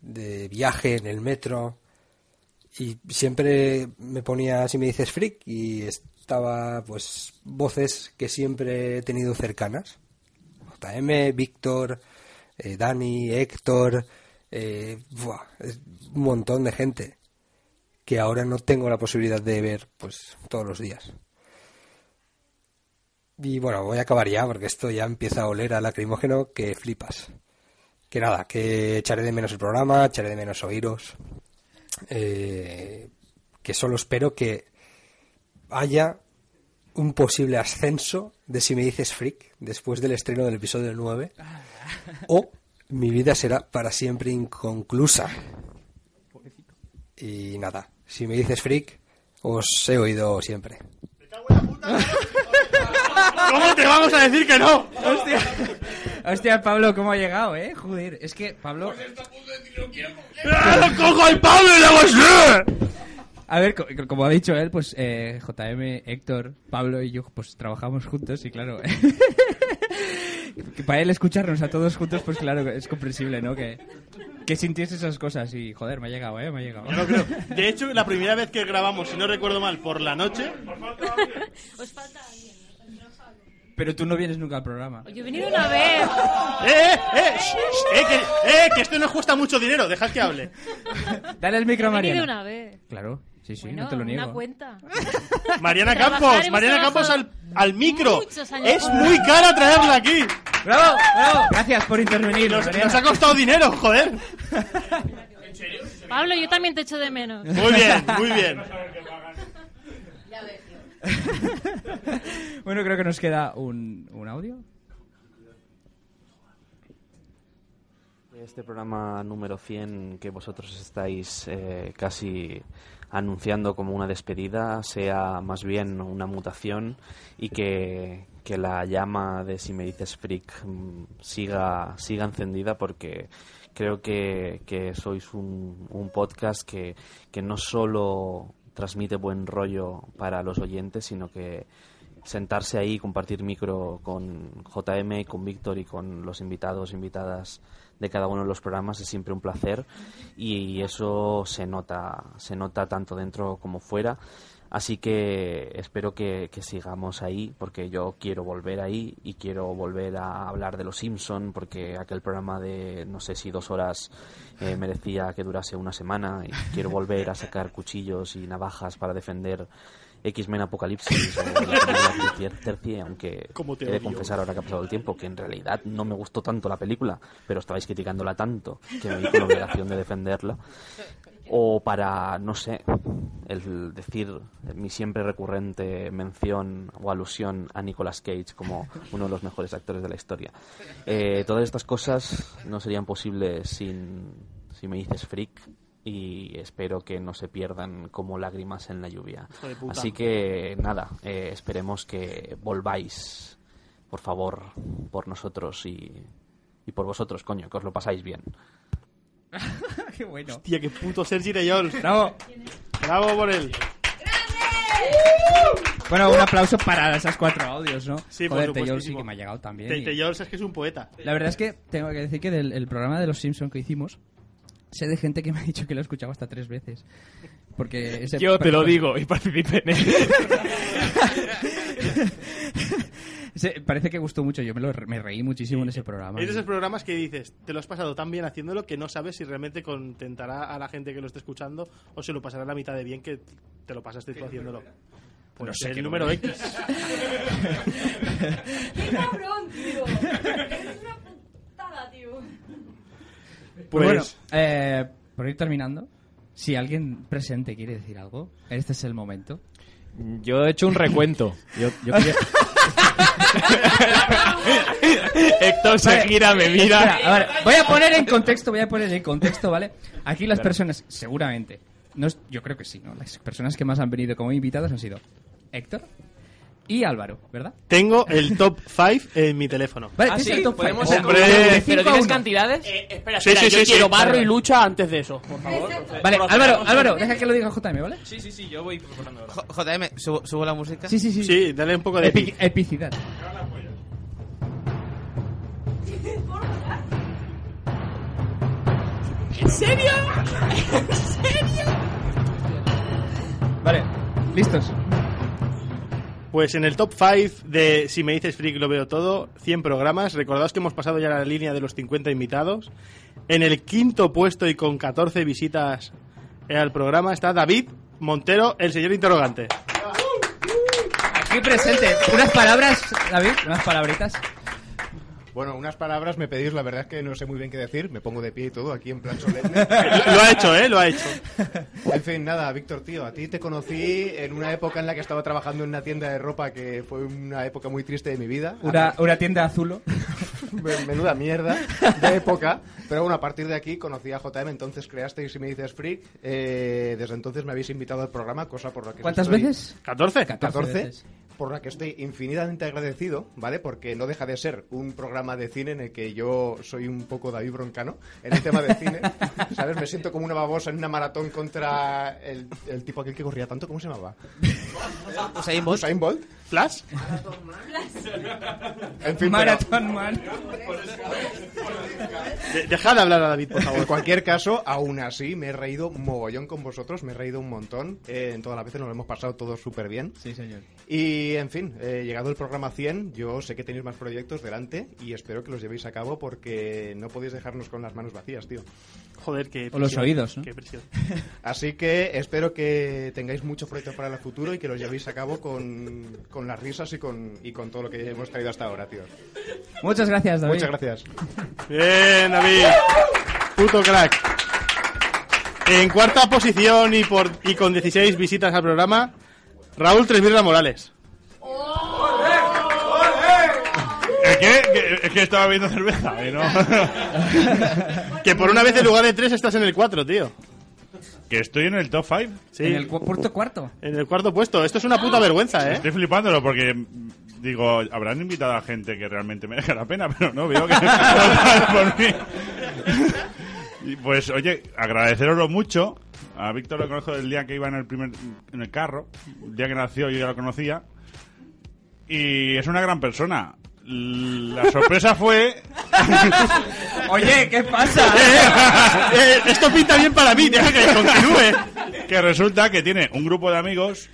de viaje, en el metro, y siempre me ponía, si me dices freak, y estaba pues voces que siempre he tenido cercanas. JM, Víctor, eh, Dani, Héctor, eh, buah, es un montón de gente que ahora no tengo la posibilidad de ver pues todos los días. Y bueno, voy a acabar ya porque esto ya empieza a oler a lacrimógeno que flipas. Que nada, que echaré de menos el programa, echaré de menos oíros. Eh, que solo espero que haya un posible ascenso de si me dices freak después del estreno del episodio 9. O mi vida será para siempre inconclusa. Y nada, si me dices freak, os he oído siempre. ¿Cómo te vamos a decir que no? Hostia. Hostia, Pablo, ¿cómo ha llegado, eh? Joder, es que Pablo... ¡Ah, lo cojo al Pablo y le hago así! A ver, co- como ha dicho él, pues eh, JM, Héctor, Pablo y yo pues trabajamos juntos y claro... que para él escucharnos a todos juntos, pues claro, es comprensible, ¿no? Que, que sintiese esas cosas y joder, me ha llegado, eh, me ha llegado. Yo no creo. De hecho, la primera vez que grabamos, si no recuerdo mal, por la noche. Os falta alguien. Pero tú no vienes nunca al programa. Yo he venido una vez. ¡Eh, eh, eh! shh, shh, eh, que, eh, que esto nos cuesta mucho dinero, dejad que hable. Dale el micro a He venido Mariana. una vez. Claro, sí, sí, no Bueno, te lo niego. Una cuenta. Mariana Trabajar, Campos, hemos Mariana Campos trabajado al, al micro. muchos años Es juntos. muy cara traerla aquí. ¡Bravo! ¡Bravo! Gracias por intervenir. Nos, Mariana. nos ha costado dinero, joder. Pablo, yo también te echo de menos. Muy bien, muy bien. Bueno, creo que nos queda un, un audio. Este programa número 100 que vosotros estáis eh, casi anunciando como una despedida sea más bien una mutación y que, que la llama de si me dices freak mm, siga, siga encendida porque creo que, que sois un, un podcast que, que no solo transmite buen rollo para los oyentes sino que sentarse ahí, compartir micro con JM, con Víctor y con los invitados, invitadas de cada uno de los programas es siempre un placer y eso se nota, se nota tanto dentro como fuera. Así que espero que, que sigamos ahí porque yo quiero volver ahí y quiero volver a hablar de los Simpson porque aquel programa de no sé si dos horas eh, merecía que durase una semana y quiero volver a sacar cuchillos y navajas para defender X-Men Apocalipsis o la película de Tier- Tercie, aunque Cómo te he de odio. confesar ahora que ha pasado el tiempo que en realidad no me gustó tanto la película, pero estabais criticándola tanto que me vi con la obligación de defenderla. O para, no sé, el decir mi siempre recurrente mención o alusión a Nicolas Cage como uno de los mejores actores de la historia. Eh, todas estas cosas no serían posibles sin, si me dices freak y espero que no se pierdan como lágrimas en la lluvia. Hijo de puta. Así que nada, eh, esperemos que volváis, por favor, por nosotros y, y por vosotros, coño, que os lo pasáis bien. Qué bueno. Hostia, qué puto Sergi de Jols. Bravo. Bravo por él. Bueno, un aplauso para esas cuatro audios, ¿no? Sí, por Joder, Tejol supuestísimo. sí que me ha llegado también. Te, y- Te Jols es que es un poeta. La verdad es que tengo que decir que del el programa de Los Simpson que hicimos, sé de gente que me ha dicho que lo he escuchado hasta tres veces. Porque ese- Yo te lo digo y participé en él. Ese- parece que gustó mucho, yo me, lo, re- me reí muchísimo en ese programa. Es de esos programas que dices, te lo has pasado tan bien haciéndolo que no sabes si realmente contentará a la gente que lo esté escuchando o se lo pasará la mitad de bien que te lo pasaste tú haciéndolo. Pues No sé qué el número número. X. ¡Qué cabrón, tío! Es una putada, tío. Pues bueno, eh, por ir terminando, si alguien presente quiere decir algo, este es el momento. Yo he hecho un recuento. Yo, yo quería- Héctor se Vale, gira, me mira. espera, a ver, voy a poner en contexto, voy a poner en contexto, ¿vale? Aquí las Claro. personas, seguramente, no es- yo creo que sí, ¿no? Las personas que más han venido como invitados han sido Héctor y Álvaro, ¿verdad? Tengo el top 5 en mi teléfono. Vale, Ah, ¿qué es el top five? Hombre, ¿Pero cinco a tienes uno. cantidades? espera, Sí, espera, sí, yo sí, quiero sí. barro Vale. y lucha antes de eso, por favor. Vale, Álvaro, Álvaro, deja que lo diga JM, ¿vale? Sí, sí, sí, yo voy preparando ahora. JM, ¿subo, subo la música? Sí, sí, sí. Sí, dale un poco de Epi- epicidad. ¿En serio? ¿En serio? Vale, listos. Pues en el top 5 de Si me dices freak lo veo todo, 100 programas. Recordaos que hemos pasado ya la línea de los 50 invitados. En el quinto puesto y con 14 visitas al programa está David Montero, el señor interrogante. Aquí presente, unas palabras, David, unas palabritas. Bueno, unas palabras me pedís, la verdad es que no sé muy bien qué decir, me pongo de pie y todo aquí en plan solemne. Lo ha hecho, ¿eh? Lo ha hecho. En fin, nada, Víctor, tío, a ti te conocí en una época en la que estaba trabajando en una tienda de ropa que fue una época muy triste de mi vida. Una, una tienda azulo. Men- Menuda mierda de época. Pero bueno, a partir de aquí conocí a JM, entonces creasteis y me dices freak. eh, desde entonces me habéis invitado al programa, cosa por la que... ¿Cuántas estoy- veces? 14. 14. veces. Por la que estoy infinitamente agradecido, ¿vale? Porque no deja de ser un programa de cine en el que yo soy un poco David Broncano en el tema de cine. ¿Sabes? Me siento como una babosa en una maratón contra el, el tipo aquel que corría tanto. ¿Cómo se llamaba? Usain Bolt. Usain Bolt. Flash. En fin, Marathon Man. De- dejad de hablar a David, por favor. En cualquier caso, aún así, me he reído mogollón con vosotros, me he reído un montón. Eh, en todas las veces nos lo hemos pasado todos súper bien. Sí, señor. Y, en fin, eh, llegado el programa 100, yo sé que tenéis más proyectos delante y espero que los llevéis a cabo porque no podéis dejarnos con las manos vacías, tío. Joder, que... O los presión, oídos, ¿no? qué presión. Así que espero que tengáis muchos proyectos para el futuro y que los llevéis a cabo con, con las risas y con, y con todo lo que hemos traído hasta ahora, tío. Muchas gracias, David. Muchas gracias. Bien, David. Puto crack. En cuarta posición y, por, y con 16 visitas al programa, Raúl Tresbirra Morales. ¿Eh, ¿Qué? ¿Qué? Es que estaba bebiendo cerveza, ¿eh? ¿no? que por una vez en lugar de tres estás en el 4, tío. ¿Que estoy en el top 5? Sí. En el cu- puerto cuarto. En el cuarto puesto. Esto es una puta vergüenza, ¿eh? Estoy flipándolo porque mm, digo, habrán invitado a gente que realmente merezca la pena, pero no veo que por mí. Y pues oye, agradeceroslo mucho. A Víctor lo conozco del día que iba en el primer en el carro, el día que nació yo ya lo conocía. Y es una gran persona. La sorpresa fue Oye, ¿qué pasa? Eh, esto pinta bien para mí, deja que continúe. Que resulta que tiene un grupo de amigos,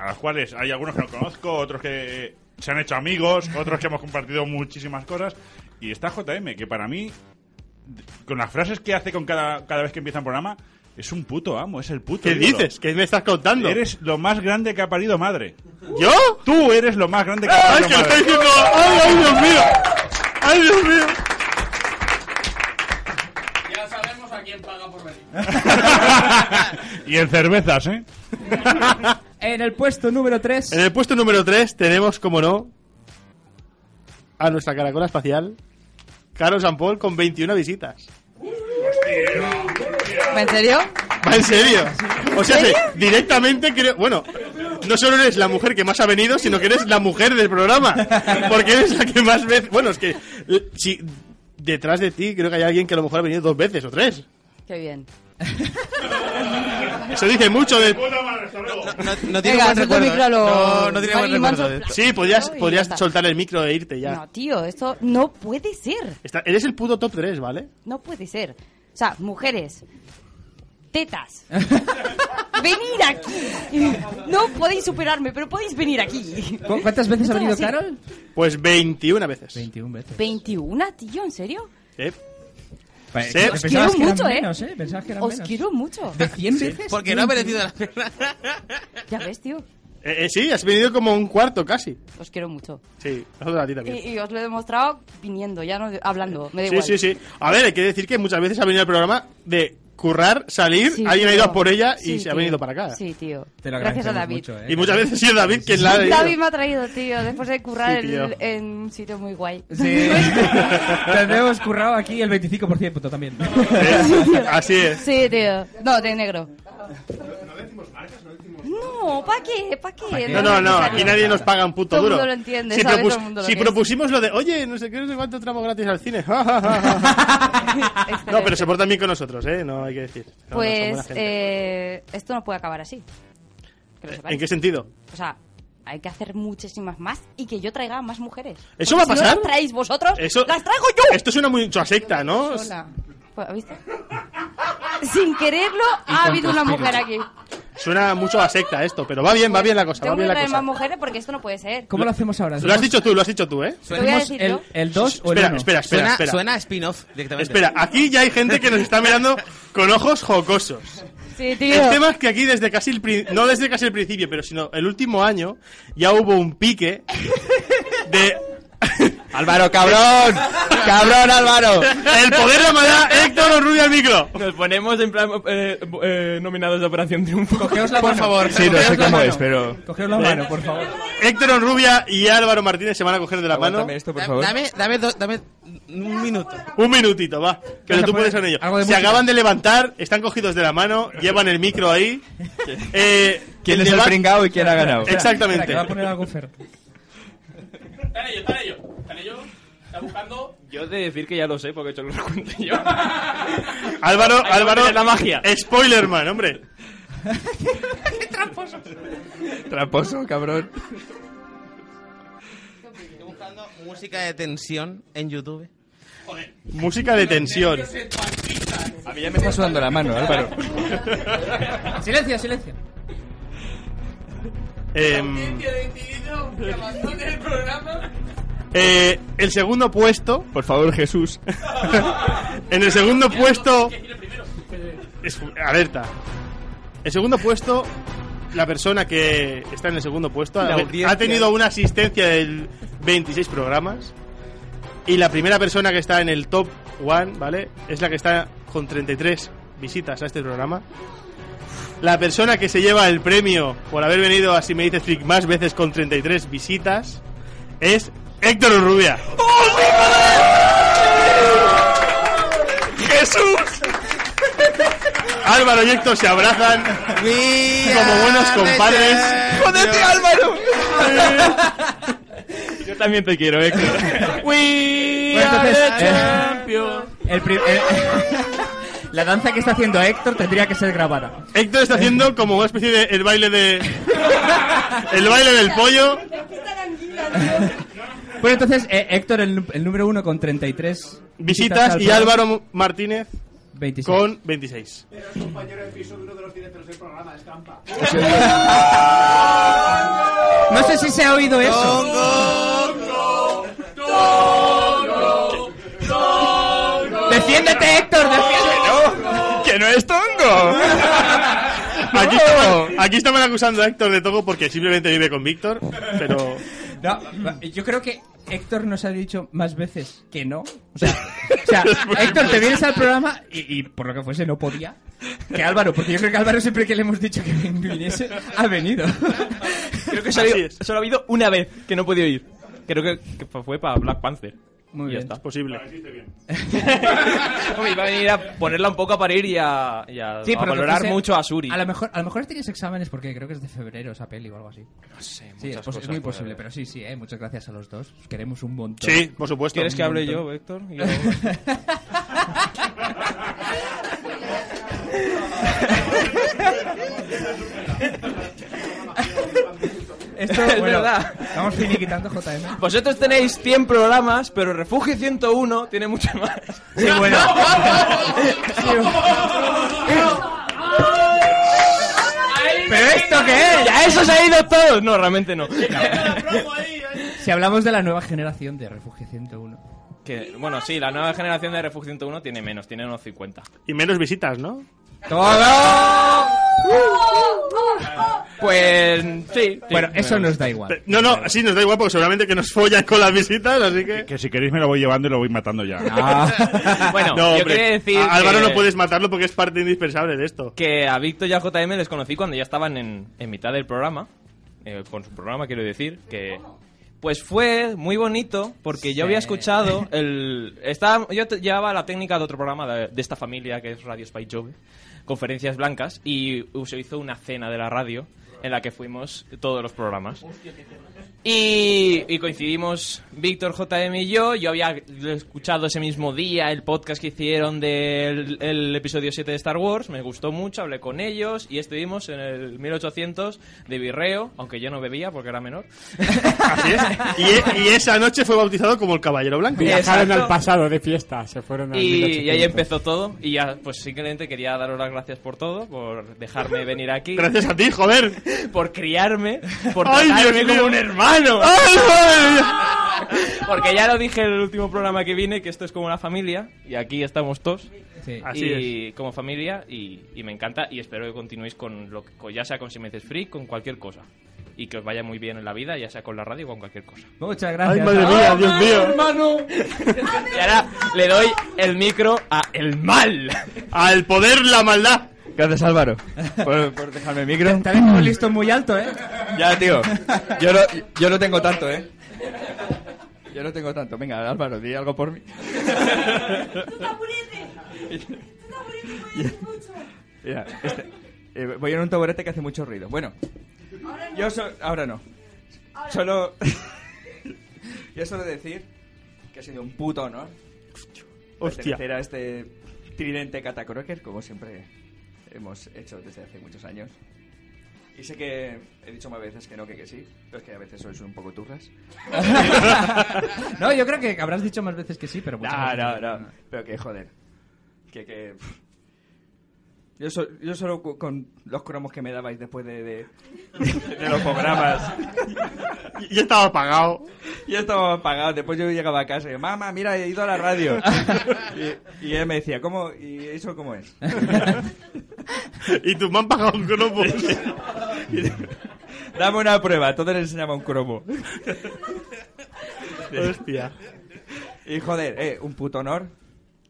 a los cuales hay algunos que no conozco, otros que se han hecho amigos, otros que hemos compartido muchísimas cosas. Y está JM, que para mí, con las frases que hace con cada, cada vez que empieza un programa, Es un puto amo, es el puto. ¿Qué dices? ¿Qué me estás contando? Eres lo más grande que ha parido madre. ¿Yo? Ah, Tú eres lo más grande que ha es parido que lo madre. estoy diciendo! ¡Ay, ay, Dios mío! ¡Ay, Dios mío! Ya sabemos a quién paga por venir. y en cervezas, ¿eh? En el puesto número 3. En el puesto número 3 tenemos, como no, a nuestra caracola espacial, Caro San Paul, con 21 visitas. ¿En serio? Va, en serio. O sea, se- directamente creo. Bueno, no solo eres la mujer que más ha venido, sino que eres la mujer del programa. Porque eres la que más veces. Bueno, es que. eh, Si, detrás de ti creo que hay alguien que a lo mejor ha venido dos veces o tres. Qué bien. Eso dice mucho de. no tiene Venga, buen suelta el recuerdo, micro a ¿eh? los- No- no tiene buen Animal recuerdo de Soft esto. Plan. Sí, podrías, No, y ya podrías está. soltar el micro e irte ya. No, tío, esto no puede ser. Está- eres el puto top 3, ¿vale? No puede ser. O sea, mujeres, tetas, venid aquí. No podéis superarme, pero podéis venir aquí. ¿Cu- ¿Cuántas veces ha Esto venido así. Carol? Pues 21 veces. 21 veces. 21, tío, ¿en serio? Sí. Vale, Sí. Os Os quiero pensabas que eran mucho, ¿eh? menos, ¿eh? Pensabas que eran Os menos. quiero mucho. ¿De 100 veces? Porque no ha merecido la pena. Ya ves, tío. Eh, eh, sí, has venido como un cuarto casi. Os quiero mucho. Sí, nosotros a ti también. Y, y os lo he demostrado viniendo, ya no hablando. Me da sí, igual. sí, sí. A ver, hay que decir que muchas veces ha venido el programa de currar, salir, Sí, alguien ha tío. ido a por ella y Sí, se ha tío. venido para acá. Sí, tío. Te lo Gracias a agradecemos David. mucho, ¿eh? Y muchas veces ha sido David quien la ha ido. David me ha traído, tío, después de currar Sí, el- tío. en un sitio muy guay. Sí. Tenemos currado aquí el 25% también. Así es. Sí, tío. No, de negro. No, ¿para qué? ¿Para qué? No, no, no, aquí nadie nos paga un puto Todo el duro. mundo lo entiende, si sabe propus- todo el mundo lo si que es. propusimos lo de, oye, no sé qué, no sé cuánto tramo gratis al cine. no, pero se portan bien con nosotros, ¿eh? No hay que decir. No, no, son buena Pues gente. eh, esto no puede acabar así. Que lo sepáis. ¿En qué sentido? O sea, hay que hacer muchísimas más y que yo traiga a más mujeres. ¿Eso Porque va a Si pasar? no Pues las traéis vosotros, Eso- las traigo yo. Esto suena mucho a secta, ¿no? Sola. Pues, ¿Viste? Sin quererlo, Y ha con habido una conspiración. mujer aquí. Suena mucho a secta esto, pero va bien, va bien la cosa, va Tengo que bien la traer cosa. más mujeres porque esto no puede ser. ¿Cómo lo hacemos ahora? Lo has dicho tú, lo has dicho tú, ¿eh? Te voy a decir yo. ¿El 2 o el Espera, 1? espera, espera, Suena, espera. suena a spin-off directamente. Espera, aquí ya hay gente que nos está mirando con ojos jocosos. Sí, tío. El tema es que aquí desde casi el pri- no desde casi el principio, pero sino el último año ya hubo un pique de Álvaro cabrón, cabrón Álvaro. El poder de la maldad, Héctor Orrubia al micro. Nos ponemos en plan eh, eh, nominados de Operación Triunfo. Cogeos la Por mano. favor, Sí, no sé cómo es, pero Cogeos la mano, por favor. Héctor Orrubia y Álvaro Martínez se van a coger de la mano. Aguántame esto, por favor. Dame, dame, do- dame un minuto. Un minutito, va. Que Vamos a tú puedes poner con ello. algo de Se música. acaban de levantar, están cogidos de la mano, llevan el micro ahí. Eh, ¿Quién es el debate- pringao y quién ha ganado? Exactamente. Espera, que va a poner algo Fer. Están ellos, están ellos. Están ellos. Está buscando. Yo he de decir que ya lo sé, porque he hecho lo cuento yo. Álvaro, Ahí va a Álvaro. tener la magia. Spoiler, man, hombre. ¡Qué tramposo! Traposo, cabrón. Estoy buscando música de tensión en YouTube. Música de tensión. A mí ya me está sudando la mano, Álvaro. Silencio, silencio. Em, eh, el segundo puesto. Por favor, Jesús. en el segundo puesto. Es- alerta. El segundo puesto. La persona que está en el segundo puesto La ha- audiencia. ha tenido una asistencia del 26 programas. Y la primera persona que está en el top one, ¿vale? Es la que está con 33 visitas a este programa. La persona que se lleva el premio por haber venido a Si me dices Freak más veces con 33 visitas es Héctor Urrubia. ¡Jesús! Álvaro y Héctor se abrazan como buenos compadres. ¡Jódete, Álvaro! Yo también te quiero, Héctor. We Bueno, are entonces, the eh, champions. El pri- eh, la danza que está haciendo Héctor tendría que ser grabada. Héctor está haciendo como una especie de el baile de el baile del pollo. Bueno, entonces, eh, Héctor, el, nu- el número uno con 33 Visitas al y programa. Álvaro Mu- Martínez 26. con 26. No sé si se ha oído eso. ¡Defiéndete, Héctor! ¡Defiéndete! ¡Que no es tongo! Aquí estaban, aquí estaban acusando a Héctor de todo porque simplemente vive con Víctor, pero... No, yo creo que Héctor nos ha dicho más veces que no. O sea, o sea, Héctor, te vienes al programa y, y por lo que fuese no podía. Que Álvaro, porque yo creo que Álvaro siempre que le hemos dicho que viniese, ha venido. Creo que solo, solo ha habido una vez que no he podido ir. Creo que, que fue para Black Panther. Muy y bien. ya está. Es posible. Hombre, iba a venir a ponerla un poco a parir y a, y a- a por lo que valorar fuese, mucho a Suri. A lo mejor, a lo mejor tenías exámenes porque creo que es de febrero esa peli o algo así. No sé, sí, muchas es, posi- es cosas muy puede posible, haber. pero sí, sí, eh, muchas gracias a los dos. Os queremos un montón. Sí, por supuesto. ¿Quieres que Un hable montón. yo, Héctor? Y luego- Esto, es bueno, verdad. Estamos finiquitando JM. Vosotros tenéis 100 programas, pero Refugio 101 tiene mucho más. Sí, bueno. ¿Pero esto qué es? ¿Ya eso se ha ido todo? No, realmente no. Si hablamos de la nueva generación de Refugio 101. Que, bueno, sí, la nueva generación de Refugio 101 tiene menos, tiene unos 50. Y menos visitas, ¿no? Pues sí. Bueno, eso nos da Pe- No, no, sí, nos da igual porque seguramente que nos follan con las visitas, así que... Que si queréis me lo voy llevando y lo voy matando ya. Ah. Bueno, yo hombre, quería decir a- Álvaro que- no puedes matarlo porque es parte indispensable de esto. Que a Víctor y a JM les conocí cuando ya estaban en, en mitad del programa. eh, con su programa, quiero decir. que Pues fue muy bonito porque Sí. yo había escuchado. el estaba, Yo te- llevaba la técnica de otro programa de, de esta familia que es Radio Spy Jove, Conferencias Blancas, y se hizo una cena de la radio en la que fuimos todos los programas. Y, y coincidimos Víctor, JM y yo. Yo había escuchado ese mismo día el podcast que hicieron del el episodio 7 de Star Wars. Me gustó mucho, hablé con ellos y estuvimos en el 1800 de Virreo, aunque yo no bebía porque era menor. Y, e- y esa noche fue bautizado como el Caballero Blanco. Viajaron Exacto. al pasado de fiesta, se fueron al Y, 1800. y ahí empezó todo. Y ya, pues simplemente quería daros las gracias por todo, por dejarme venir aquí. Gracias a ti, joder. Por criarme, por ¡Ay, tratarme Dios como mío! un hermano. ¡Ay, madre Porque ya lo dije en el último programa que vine, que esto es como una familia. Y aquí estamos todos. Sí. Así y como familia y, y me encanta y espero que continuéis con lo que con- ya sea con Si me dices Free, con cualquier cosa. Y que os vaya muy bien en la vida, ya sea con la radio o con cualquier cosa. Muchas gracias. mía, Dios mío. hermano! Y ahora le doy el micro a el mal. Al poder la maldad. Gracias, Álvaro, por, por dejarme el micro. Te has dejado el listón muy alto, ¿eh? Ya, tío. Yo no, yo no tengo tanto, ¿eh? Yo no tengo tanto. Venga, Álvaro, di algo por mí. Ya, este- eh, voy en un taburete que hace mucho ruido. Bueno, yo so- ahora no. Solo. yo solo decir que ha sido un puto honor. Hostia. Pertenecer a este tridente catacroker, como siempre hemos hecho desde hace muchos años. Y sé que he dicho más veces que no que que sí, pero es que a veces sois un poco turras. No, yo creo que habrás dicho más veces que sí, pero muchas No, no, veces no. Pero que joder. Que, que. pff. Yo, so- yo solo cu- con los cromos que me dabais después de, de, de los programas. Yo estaba apagado. Yo estaba apagado. Después yo llegaba a casa y mamá, mira, he ido a la radio. Y, y él me decía, ¿cómo? ¿Y eso cómo es? y tú me han pagado un cromo. Dame una prueba, entonces le enseñaba un cromo. Hostia. Y joder, eh, un puto honor.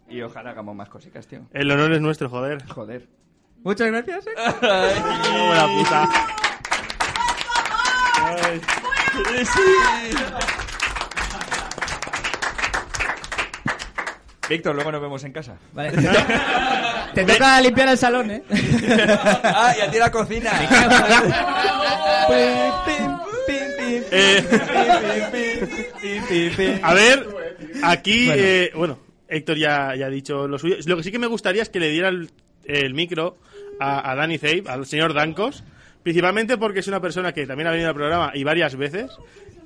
Y ojalá hagamos más cositas, tío. El honor es nuestro, joder. Joder. Muchas gracias. Hola, puta. Víctor, luego nos vemos en casa. Vale. Te toca limpiar el salón, ¿eh? ah, y a ti la cocina. Eh. A ver, aquí, bueno, bueno Héctor ya, ya ha dicho lo suyo. Lo que sí que me gustaría es que le diera el, el micro a, a Danny Zabe, al señor Dancos, principalmente porque es una persona que también ha venido al programa y varias veces,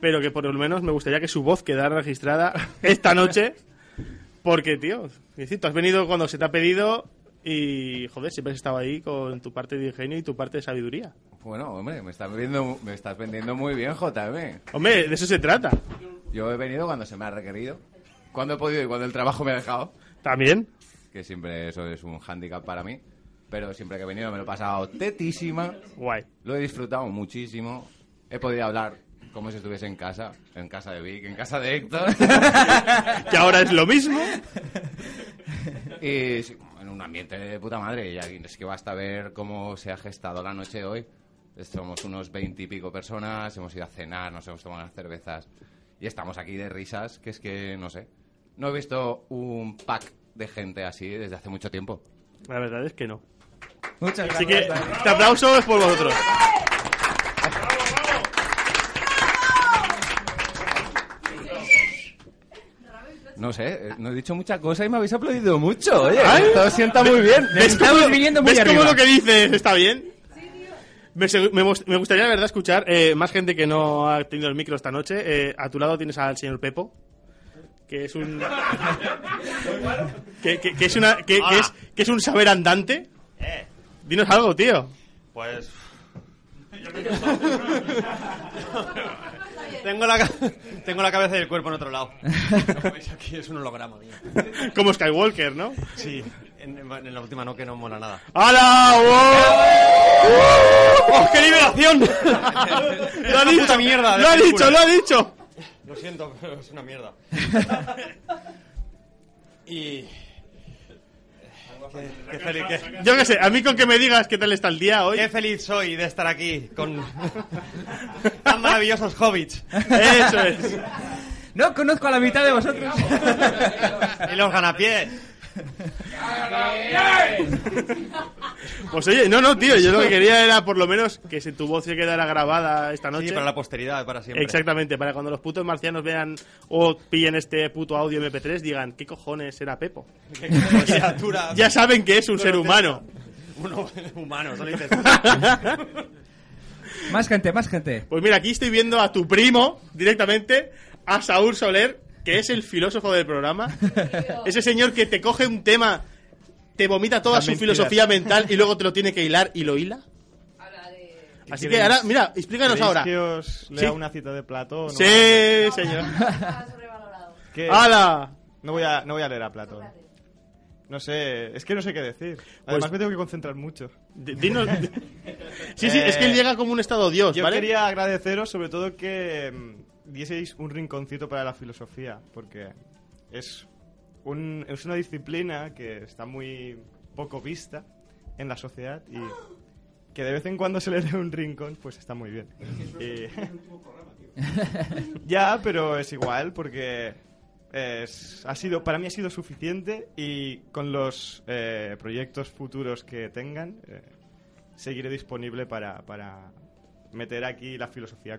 pero que por lo menos me gustaría que su voz quedara registrada esta noche, porque, tío, es decir, tú has venido cuando se te ha pedido y, joder, siempre has estado ahí con tu parte de ingenio y tu parte de sabiduría. Bueno, hombre, me estás, vendiendo, me estás vendiendo muy bien, JB. Hombre, de eso se trata. Yo he venido cuando se me ha requerido, cuando he podido y cuando el trabajo me ha dejado. También. Que siempre eso es un hándicap para mí. pero siempre que he venido me lo he pasado tetísima. Guay. Lo he disfrutado muchísimo. He podido hablar como si estuviese en casa, en casa de Vic, en casa de Héctor. Que ahora es lo mismo. Y sí, en un ambiente de puta madre. Y aquí es que basta ver cómo se ha gestado la noche de hoy. Somos unos veintipico personas, hemos ido a cenar, nos hemos tomado unas cervezas. Y estamos aquí de risas, que es que no sé. No he visto un pack de gente así desde hace mucho tiempo. La verdad es que no. Muchas Así que gracias. este aplauso es por vosotros. No sé, eh, no he dicho mucha cosa y me habéis aplaudido mucho. Oye, Ay. esto sienta muy bien. ¿Ves cómo, ves cómo lo que dices está bien? Me, segu- me gust- me gustaría, la verdad, escuchar eh, más gente que no ha tenido el micro esta noche. Eh, a tu lado tienes al señor Pepo, que es un... que, que- que es una, que, que es, que es un saber andante. Eh. Dinos algo, tío. Pues. Tengo la, ca- tengo la cabeza y el cuerpo en otro lado. Lo que veis aquí es un holograma, tío. Como Skywalker, ¿no? Sí, en, en la última no, que no mola nada. ¡Hala! ¡Wow! ¡Oh, ¡Qué liberación! lo ha Una dicho, puta mierda de lo ha película. dicho, lo ha dicho. Lo siento, pero es una mierda. y... Qué- qué feliz, qué- Yo qué sé, a mí con que me digas qué tal está el día hoy. Qué feliz soy de estar aquí con tan maravillosos hobbits. Eso es. No conozco a la mitad de vosotros. y los ganapiés. Pues oye, no, no, tío, yo lo que quería era por lo menos que si tu voz se quedara grabada esta noche. Sí, para la posteridad, para siempre. Exactamente, para cuando los putos marcianos vean o pillen este puto audio MP3, digan, ¿qué cojones era Pepo? Qué cojones era Tura. ya saben que es un ser Pero te- humano. Uno humano, solo dices. más gente, más gente. Pues mira, aquí estoy viendo a tu primo directamente, a Saúl Soler, que es el filósofo del programa. Ese señor que te coge un tema, te vomita toda Las su mentiras. filosofía mental y luego te lo tiene que hilar y lo hila. Así que ahora, mira, explícanos ¿Queréis ahora. que os lea Sí. una cita de Platón? Sí, señor. ¿Qué? ¡Hala! No voy, a, no voy a leer a Platón. No sé, es que no sé qué decir. Además Pues- me tengo que concentrar mucho. Eh, D- dinos- Sí, sí, es que él llega como un estado dios, Yo ¿vale? quería agradeceros sobre todo que mm, dieseis un rinconcito para la filosofía, porque es, un- es una disciplina que está muy poco vista en la sociedad y que de vez en cuando se le dé un rincón, pues está muy bien. Y- ya, pero es igual porque es- ha sido, para mí ha sido suficiente y con los eh, proyectos futuros que tengan eh, seguiré disponible para, para meter aquí la filosofía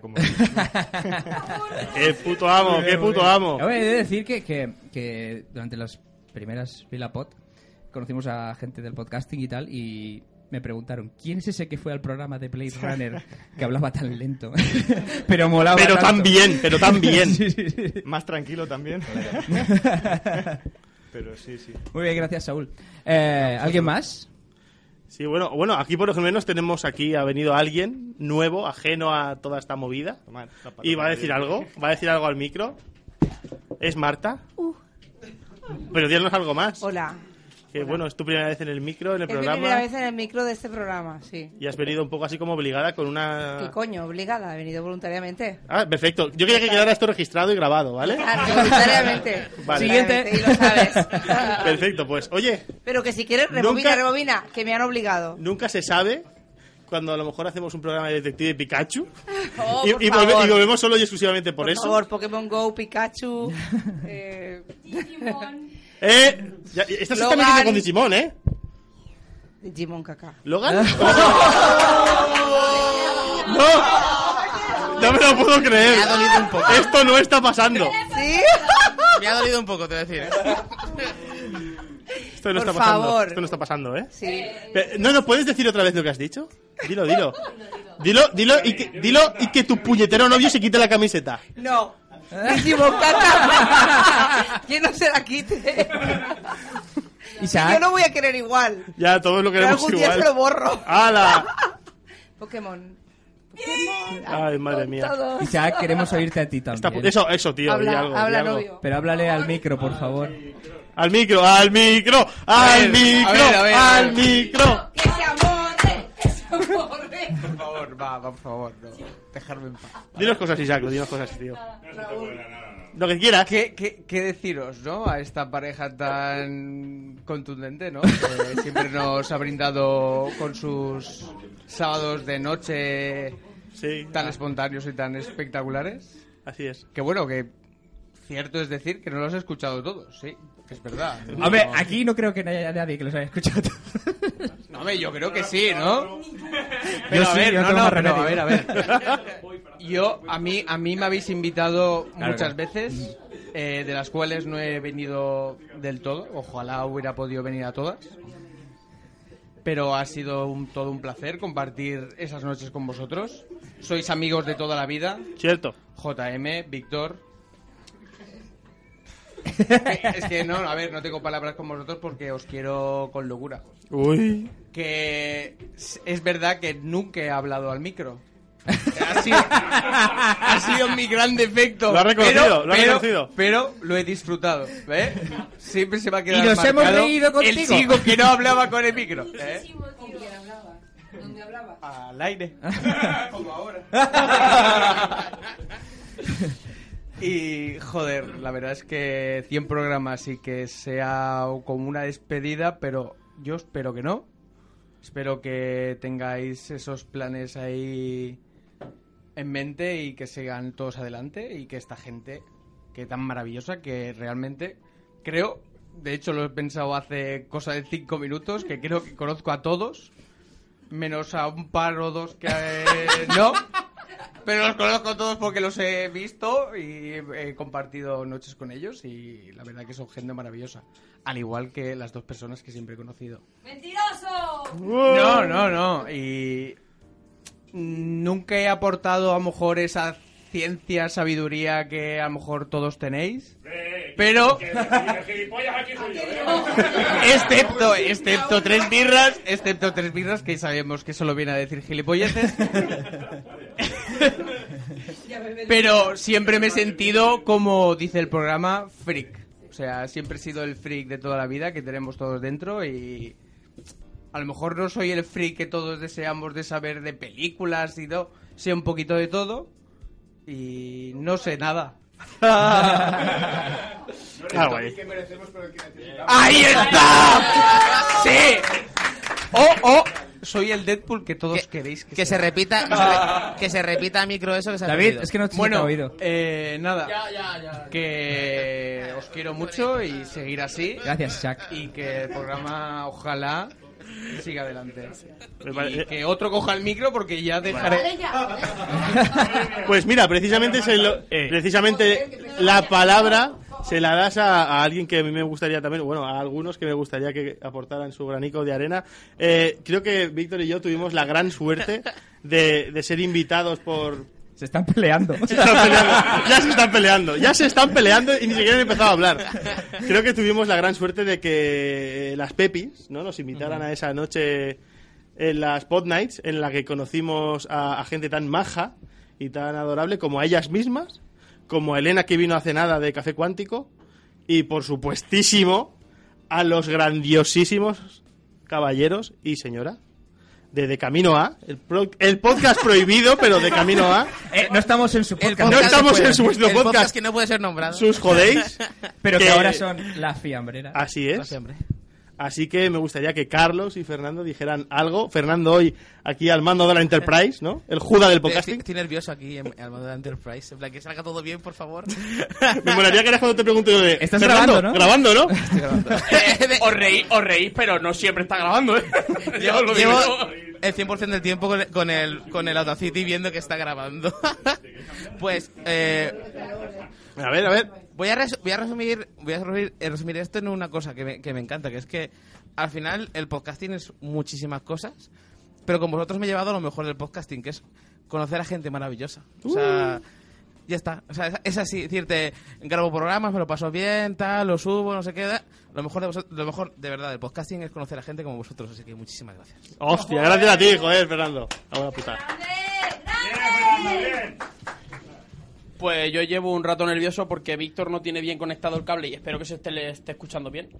como... ¡Qué puto amo, qué puto amo! A ver, he de decir que, que- que durante las primeras Vilapod conocimos a gente del podcasting y tal y me preguntaron quién es ese que fue al programa de Blade Runner que hablaba tan lento pero molaba Pero tan tanto. bien, pero tan bien. Sí, sí, sí. Más tranquilo también. pero sí, sí. muy bien gracias Saúl Eh, alguien más Sí, bueno, bueno, aquí por lo menos tenemos aquí, ha venido alguien nuevo, ajeno a toda esta movida. Y va a decir algo, va a decir algo al micro. ¿Es Marta? Pero díganos algo más. Uh. Hola. Que bueno, es tu primera vez en el micro, en el Es mi primera programa. vez en el micro de este programa, sí. Y has venido un poco así como obligada con ¿Qué una... coño? Obligada, he venido voluntariamente. Ah, perfecto. Yo quería que quedara esto registrado y grabado, ¿vale? Claro, voluntariamente. Vale. Siguiente. Y lo sabes. Perfecto, pues oye, Pero que si quieres, rebobina, Nunca- rebobina, que me han obligado. nunca se sabe cuando a lo mejor hacemos un programa de Detective Pikachu Oh, y, por y volve- favor. y volvemos solo y exclusivamente por, Por eso. favor, Pokémon Go, Pikachu. eh, Eh, ya- esta se está Logan. metiendo con Digimon, ¿eh? Digimon Caca. ¿Logan? ¡No! No me lo puedo creer. Me ha dolido un poco. Esto no está pasando. ¿Sí? Me ha dolido un poco, te voy a decir. Esto no Por está pasando. favor. Esto no está pasando, ¿eh? Sí. Pe- no, no, ¿puedes decir otra vez lo que has dicho? Dilo, dilo. Dilo, dilo y que, dilo y que tu puñetero novio se quite la camiseta. No. Digimon Caca. que no se la quite. Isaac. Yo no voy a querer igual. Ya, todos lo Pero queremos algún día igual. se lo borro. ¡Hala! Pokémon. Ay, madre mía. Todos. Isaac queremos oírte a ti Está también pu- eso, eso, tío. Habla, di algo, habla, di algo. novio. pero háblale al micro por favor Al micro, al micro, al micro, a ver, a ver, a al ver. micro. favor, va, va, por favor, no. Dejarme en paz. Dinos cosas, Isaac, dinos cosas, tío. Lo que quieras. ¿Qué, qué, qué deciros, no? A esta pareja tan contundente, ¿no? Que siempre nos ha brindado con sus sábados de noche tan espontáneos y tan espectaculares. Así es. Que bueno, que cierto es decir que no los he escuchado todos, sí. que Es verdad. Hombre, aquí no creo que no haya nadie que los haya escuchado. No, hombre, yo creo que sí, ¿no? Yo Pero a sí, ver, yo no, tengo no, más pero a ver, remedio. a ver. Yo, a mí, a mí me habéis invitado Claro, muchas claro. veces, eh, de las cuales no he venido del todo. Ojalá hubiera podido venir a todas. Pero ha sido un- todo un placer compartir esas noches con vosotros. Sois amigos de toda la vida. Cierto. JM, Víctor. es que no, a ver, no tengo palabras con vosotros porque os quiero con locura Uy. que es- es verdad que nunca he hablado al micro. Ha sido, ha sido mi gran defecto. Lo ha reconocido, pero, lo ha pero- reconocido. Pero lo he disfrutado, ¿eh? Siempre se me ha quedado Y nos hemos marcado reído contigo. El sigo que no hablaba con el micro, ¿eh? ¿Con quién hablaba? ¿Dónde hablaba? Al aire. Como ahora. y, joder, la verdad es que 100 programas y que sea como una despedida, pero yo espero que no. Espero que tengáis esos planes ahí en mente y que sigan todos adelante y que esta gente que tan maravillosa que realmente creo, de hecho lo he pensado hace cosa de cinco minutos, que creo que conozco a todos, menos a un par o dos que eh, no, pero los conozco a todos porque los he visto y he compartido noches con ellos y la verdad que son gente maravillosa, al igual que las dos personas que siempre he conocido. ¡Mentiroso! No, no, no. Y nunca he aportado a lo mejor esa ciencia, sabiduría que a lo mejor todos tenéis. Pero, Ah, ¿eh? excepto, excepto tres birras, excepto tres birras que sabemos que solo viene a decir gilipolleces. Pero siempre me he sentido, como dice el programa, freak. O sea, siempre he sido el freak de toda la vida que tenemos todos dentro y a lo mejor no soy el freak que todos deseamos de saber de películas y todo, sé un poquito de todo y no sé nada. Ah, guay. Que merecemos, pero que necesitamos. ¡Ahí está! ¡Sí! ¡Oh, oh! Soy el Deadpool que todos queréis que, Que se sea. repita, que se re- que se repita a micro eso que se ha perdido. bueno, eh, nada. Que os quiero mucho y seguir así. Gracias, Jack. Y que el programa, ojalá, siga adelante. Y parece- que otro coja el micro porque ya dejaré. Pues mira, precisamente, se lo- precisamente la palabra se la das a, a alguien que a mí me gustaría también, bueno, a algunos que me gustaría que aportaran su granico de arena. Eh, creo que Víctor y yo tuvimos la gran suerte de, de ser invitados por... Se están peleando. están peleando. Ya se están peleando, ya se están peleando y ni siquiera han empezado a hablar. Creo que tuvimos la gran suerte de que eh, las Pepis ¿no? nos invitaran a esa noche en las Pod Nights, en la que conocimos a, a gente tan maja y tan adorable como a ellas mismas, como a Elena que vino hace nada de Café Cuántico, y por supuestísimo a los grandiosísimos caballeros y señora de De Camino A, el, pro- el podcast prohibido, pero De Camino A. no estamos en su podcast. No estamos en su vuestro el podcast. podcast. que no puede ser nombrado. Sus jodéis. Pero que Que- ahora son la fiambrera. Así es. Así que me gustaría que Carlos y Fernando dijeran algo. Fernando hoy aquí al mando de la Enterprise, ¿no? El juda del podcasting. Estoy, estoy nervioso aquí en- al mando de la Enterprise. En plan, que salga todo bien, por favor. Me molaría que ahora cuando te pregunto yo de... Estás "Fernando, grabando, ¿Grabando, no? os, reí, os reís, pero no siempre está grabando, ¿eh? Llevo, Ya os lo digo llevo yo. el 100% del tiempo con, con el, con el Audacity viendo que está grabando. pues, eh, A ver, a ver. Voy a, resu- voy a resumir voy a resumir, eh, resumir esto en una cosa que me, que me encanta, que es que al final el podcasting es muchísimas cosas, pero con vosotros me he llevado a lo mejor del podcasting, que es conocer a gente maravillosa. O Uh. sea, ya está. O sea, es, es así, decirte, grabo programas, me lo paso bien, tal, lo subo, no sé qué. da. Lo mejor de vosotros- lo mejor de verdad del podcasting es conocer a gente como vosotros, así que muchísimas gracias. Hostia, gracias a ti, joder, Fernando. A una puta. Pues yo llevo un rato nervioso porque Víctor no tiene bien conectado el cable y espero que se esté, le esté escuchando bien.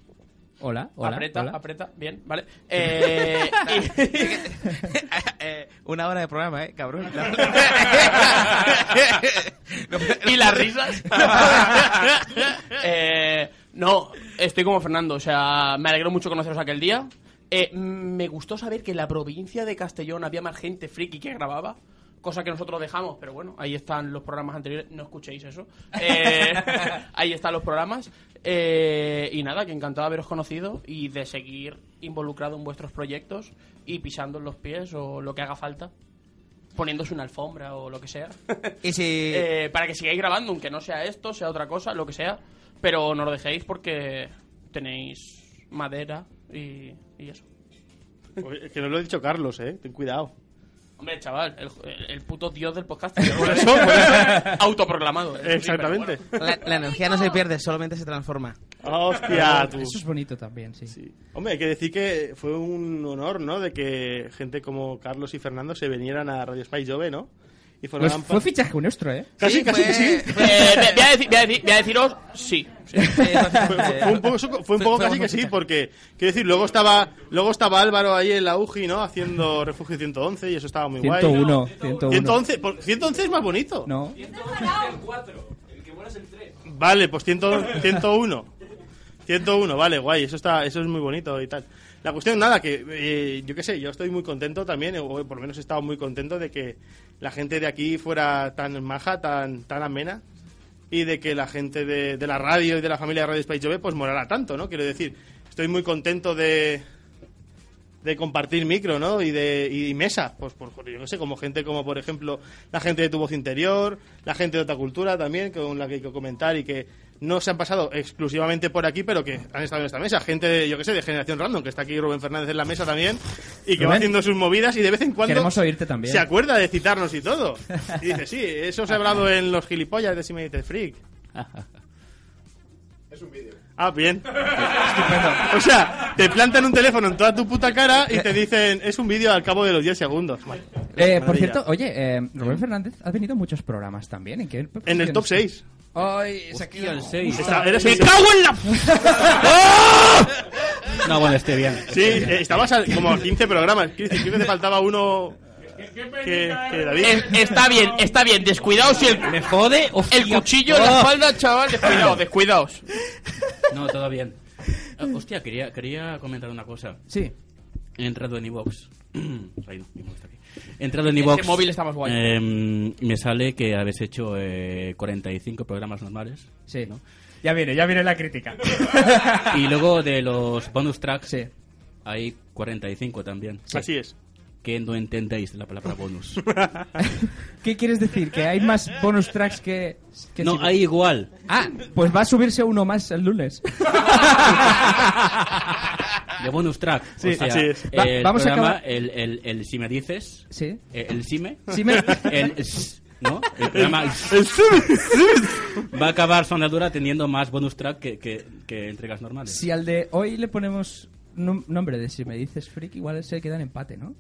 Hola, hola. Aprieta, hola. aprieta. Bien, vale. Eh, Eh, una hora de programa, ¿eh? Cabrón. ¿Y las risas? Eh, no, estoy como Fernando. O sea, me alegro mucho conoceros aquel día. Eh, me gustó saber que en la provincia de Castellón había más gente friki que grababa. Cosa que nosotros dejamos, pero bueno, ahí están los programas anteriores. No escuchéis eso. Eh, ahí están los programas. Eh, y nada, que encantado de haberos conocido y de seguir involucrado en vuestros proyectos y pisando en los pies o lo que haga falta. Poniéndose una alfombra o lo que sea. Y si... Eh, para que sigáis grabando, aunque no sea esto, sea otra cosa, lo que sea. Pero no lo dejéis porque tenéis madera y, y eso. Oye, que no lo he dicho Carlos, eh. Ten cuidado. Hombre, chaval, el, el puto dios del podcast. ya lo Por ves. eso, por eso. Autoproclamado. eh. Exactamente. Sí, pero La, bueno. la energía no se pierde, solamente se transforma. Hostia, tú. Eso es bonito también, sí. Hombre, hay que decir que fue un honor, ¿no? De que gente como Carlos y Fernando se vinieran a Radio Spice Jove, ¿no? Y Pues formaran fue parte- fichaje nuestro, ¿eh? Casi, casi que sí. Eh, voy, a- voy a decir- voy a decir- voy a deciros sí. sí. fue, fue un poco, fue un poco casi que sí, porque quiero decir, luego estaba, luego estaba Álvaro ahí en la UGI, ¿no? Haciendo refugio 111 y eso estaba muy guay. 101, 111. 101. 111, por- 111 es más bonito. No. El 4, el que vuela es el 3. Vale, pues 100 101. 101, vale, guay, eso está eso es muy bonito y tal. La cuestión, nada, que eh, yo qué sé, yo estoy muy contento también, o por lo menos he estado muy contento de que la gente de aquí fuera tan maja, tan, tan amena, y de que la gente de, de la radio y de la familia de Radio Space Jove pues morara tanto, ¿no? Quiero decir, estoy muy contento de, de compartir micro, ¿no? Y de y mesa, pues por joder, yo no sé, como gente como por ejemplo la gente de tu voz interior, la gente de otra cultura también, con la que hay que comentar y que no se han pasado exclusivamente por aquí, pero que han estado en esta mesa, gente de, yo que sé, de generación random, que está aquí Rubén Fernández en la mesa también y que va Rubén, haciendo sus movidas y de vez en cuando Queremos oírte también. se acuerda de citarnos y todo. Y dice, sí, eso se ha hablado en los gilipollas de Simulated Freak. Es un vídeo. Ah, bien. O sea, te plantan un teléfono en toda tu puta cara y te dicen, es un vídeo al cabo de los 10 segundos. Vale. Eh, por Maravilla. cierto, oye, eh, Rubén Fernández ha venido a muchos programas también. ¿En, qué En el top 6. Ay, se ha quedado el justo. ¡Me cago en la ¡Ah! No, bueno, estoy bien. Sí, eh, estabas al- como a 15 programas. Quiero decir, creo que te faltaba uno que, que David. Es- Eh, está bien, está bien. Descuidaos si el, Me jode, el cuchillo en la Oh. espalda, chaval. Descuidaos, descuidaos. No, todo bien. Eh, hostia, quería, quería comentar una cosa. Sí. He entrado en iVox. Ay, no, iVoox está aquí. He entrado en Este iVox. móvil está más guay. Eh, me sale que habéis hecho eh, 45 programas normales. Sí. Ya viene, ya viene la crítica. Y luego de los bonus tracks hay 45 también. Así es. Que no entendéis la palabra bonus. ¿Qué quieres decir? ¿Que hay más bonus tracks que.? que no, si- hay igual. Ah, pues va a subirse uno más el lunes. De bonus track. Sí, o sea, así es. el Va- vamos a programa, acabar- el, el, el si me dices. Sí. eh, El si me. Si me- El s- ¿No? El programa. Va a acabar Sonadura teniendo más bonus track que, que, que entregas normales. Si al de hoy le ponemos num- nombre de si me dices freak, igual se queda en empate, ¿no?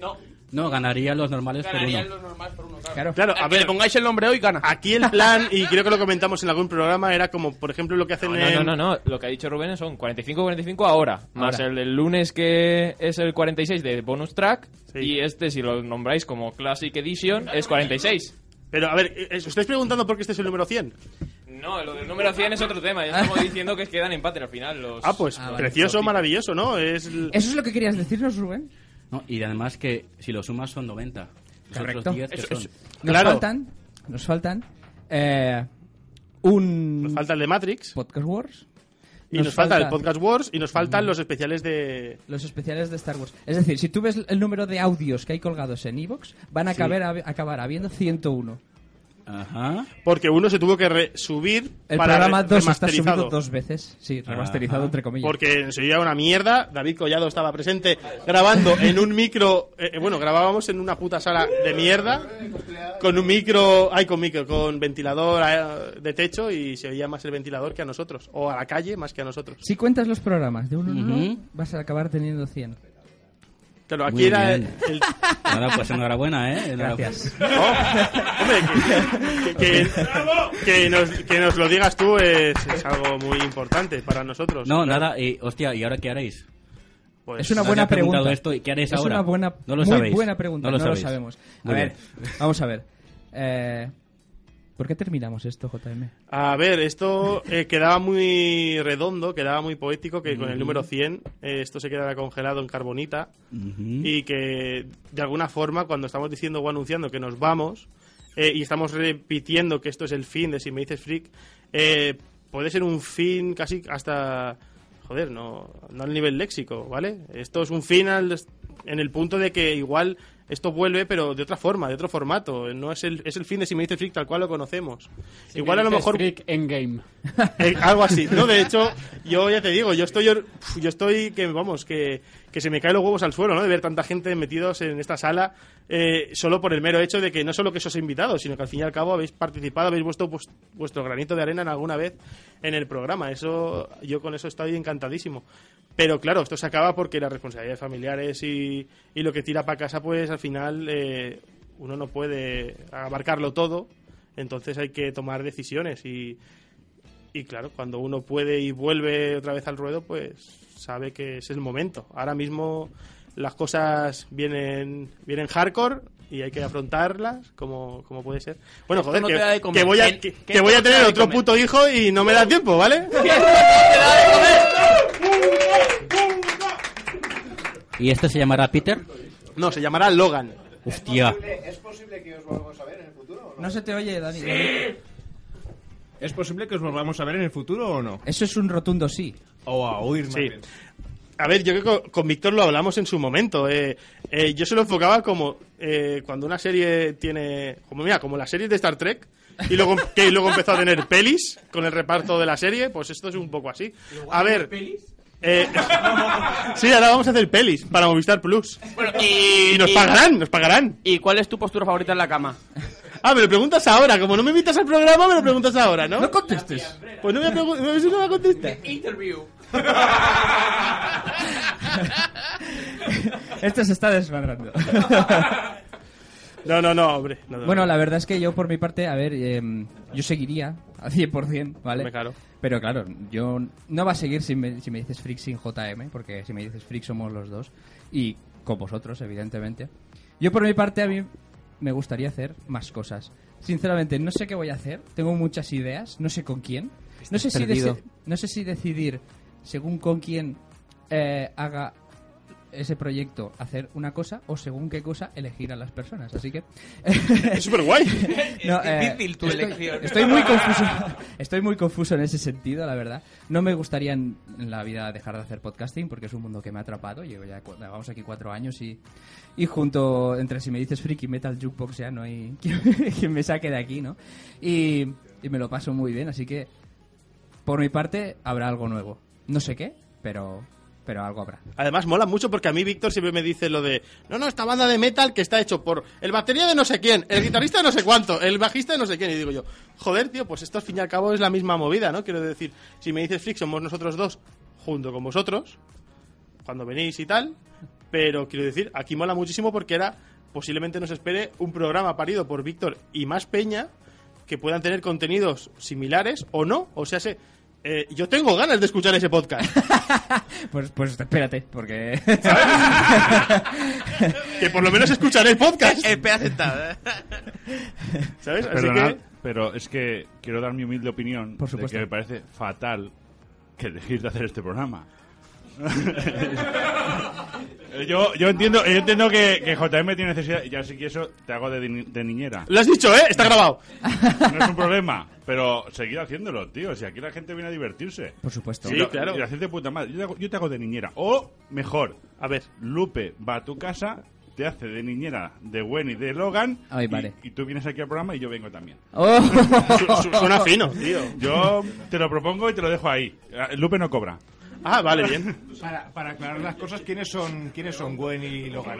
No. No, ganaría los normales por uno. Ganarían los normales por uno, claro. Claro, Al a Eh, que ver, le pongáis el nombre hoy, gana. Aquí el plan, y creo que lo comentamos en algún programa, era como, por ejemplo, lo que hacen No, en... no, no, no, lo que ha dicho Rubén son 45-45 ahora, más el del lunes que es el 46 de bonus track y este si lo nombráis como Classic Edition es 46. Pero a ver, ¿os estáis preguntando por qué este es el número 100? No, lo del número 100 es otro tema, ya estamos diciendo que quedan empate al final los Ah, pues los precioso, tipos. maravilloso, ¿no? Es ¿Eso es lo que querías decirnos, Rubén? No, y además que si lo sumas son 90. Los Correcto. otros 10 que son. Nos faltan. Nos faltan. eh, un. Nos falta el de Matrix. Podcast Wars. Y nos, falta, el Podcast Wars y nos faltan los especiales de... Los especiales de Star Wars. Es decir, si tú ves el número de audios que hay colgados en Evox, van a Sí. caber- a- acabar habiendo 101. Ajá. Porque uno se tuvo que re- subir El para programa re- 2 está remasterizado. subido dos veces. Sí, Ah. remasterizado, Ajá. entre comillas. Porque sería una mierda. David Collado estaba presente grabando en un micro. eh, eh, bueno, grabábamos en una puta sala de mierda. Con un micro. Ay, con micro. Con ventilador eh, de techo y se oía más el ventilador que a nosotros. O a la calle más que a nosotros. Si cuentas los programas de uno en uno, Ujú. vas a acabar teniendo 100. Claro, aquí Muy era bien. el- el- Ahora, pues enhorabuena, ¿eh? Gracias. Enhorabuena. Oh, Hombre, que, que- que- que nos, que nos lo digas tú es, es algo muy importante para nosotros. No, nada, y hostia, ¿y ahora qué haréis? Pues- Es una Nadie buena ha preguntado pregunta. esto, ¿y qué haréis es ahora? una buena, No lo muy sabéis. buena pregunta. No lo sabéis. sabemos. A Muy ver, bien. vamos a ver. Eh, ¿Por qué terminamos esto, JM? A ver, esto eh, quedaba muy redondo, quedaba muy poético, que con el Ujú. número 100 eh, esto se quedara congelado en carbonita Ujú. y que de alguna forma cuando estamos diciendo o anunciando que nos vamos eh, y estamos repitiendo que esto es el fin de Si me dices freak, eh, puede ser un fin casi hasta... Joder, no, no al nivel léxico, ¿vale? Esto es un fin al- en el punto de que igual esto vuelve, pero de otra forma, de otro formato. No es el, es el fin de Si me dices freak tal cual lo conocemos. Si igual me a lo dices mejor... Freak Endgame. Eh, algo así. No, de hecho, yo ya te digo, yo estoy, or- yo estoy que vamos, que, que se me caen los huevos al suelo, ¿no? De ver tanta gente metidos en esta sala eh, solo por el mero hecho de que no solo que sos invitados, sino que al fin y al cabo habéis participado, habéis puesto vues- vuestro granito de arena en alguna vez en el programa. Eso, yo con eso estoy encantadísimo. Pero claro, esto se acaba porque las responsabilidades familiares y, y lo que tira para casa, pues al final eh, uno no puede abarcarlo todo. Entonces hay que tomar decisiones y, y claro, cuando uno puede y vuelve otra vez al ruedo, pues sabe que es el momento. Ahora mismo las cosas vienen, vienen hardcore y hay que afrontarlas como, como puede ser. Bueno, Esto joder, no te que, da de comer. que voy ¿Qué- a, que, qué que voy esto a no te tener da de otro comer? puto hijo y no me da tiempo, ¿vale? ¿Y este se llamará Peter? No, se llamará Logan. Hostia. ¿Es posible que os volvamos a ver en el futuro? No se te oye, Dani. ¿Es posible que os volvamos a ver en el futuro o no? Eso es un rotundo sí. O a oír más Sí. bien. A ver, yo creo que con- con Víctor lo hablamos en su momento. eh, eh, yo se lo enfocaba como eh, cuando una serie tiene. Como mira, como la serie de Star Trek. Y luego, que luego empezó a tener pelis con el reparto de la serie, pues esto es un poco así. A ver. eh, sí, ahora vamos a hacer pelis para Movistar Plus. Bueno, y, Y nos pagarán, nos pagarán. ¿Y cuál es tu postura favorita en la cama? Ah, me lo preguntas ahora. Como no me invitas al programa, me lo preguntas ahora, ¿no? No contestes. Pues no me, pregun- no me- no me contestas. Interview. Esto se está desmadrando. No, no, no, hombre. no, no. Bueno, la verdad es que yo por mi parte, a ver, eh, yo seguiría a 100%, ¿vale? Hombre, claro. Pero claro, yo no va a seguir si me, si me dices Freak sin JM, porque si me dices Freak somos los dos y con vosotros, evidentemente. Yo por mi parte a mí me gustaría hacer más cosas. Sinceramente, no sé qué voy a hacer, tengo muchas ideas, no sé con quién. No sé, si perdido. deci- no sé si decidir, según con quién eh, haga ese proyecto hacer una cosa o según qué cosa elegir a las personas. Así que... es súper guay. difícil tu eh, estoy, elección. Estoy muy confuso. Estoy muy confuso en ese sentido, la verdad. No me gustaría en, en la vida dejar de hacer podcasting porque es un mundo que me ha atrapado. Llevo ya cu- vamos aquí cuatro años y, y junto entre si me dices friki metal jukebox ya no hay quien, quien me saque de aquí, ¿no? Y, y me lo paso muy bien, así que por mi parte habrá algo nuevo. No sé qué, pero pero algo habrá. Además, mola mucho porque a mí Víctor siempre me dice lo de: No, no, esta banda de metal que está hecho por el batería de no sé quién, el guitarrista de no sé cuánto, el bajista de no sé quién. Y digo yo: Joder, tío, pues esto al fin y al cabo es la misma movida, ¿no? Quiero decir, si me dices Flick, somos nosotros dos junto con vosotros, cuando venís y tal. Pero quiero decir, aquí mola muchísimo porque era posiblemente nos espere un programa parido por Víctor y más Peña que puedan tener contenidos similares o no. O sea, se- eh, yo tengo ganas de escuchar ese podcast. Pues, pues espérate, porque... que por lo menos escucharé el podcast. Espera sentado. ¿Sabes? Así Perdonad, que- pero es que quiero dar mi humilde opinión Por de supuesto. que me parece fatal que elegir de hacer este programa. Eh, yo, yo entiendo, yo entiendo que, que JM tiene necesidad, ya sé que eso te hago de, ni- de niñera. Lo has dicho, ¿eh? Está grabado. No es un problema, pero seguid haciéndolo, tío. Si aquí la gente viene a divertirse. Por supuesto. Sí, Y lo- claro. Y lo hacéis de puta madre. Yo te, hago, yo te hago de niñera. O, mejor, a ver, Lupe va a tu casa, te hace de niñera de Gwen y de Logan. Ay, y, vale. y tú vienes aquí al programa y yo vengo también. Oh. Su- su- suena fino, tío. Yo te lo propongo y te lo dejo ahí. Ah, Lupe no cobra. Ah, vale, bien. Para, para aclarar las cosas, ¿quiénes son, quiénes son Gwen y Logan?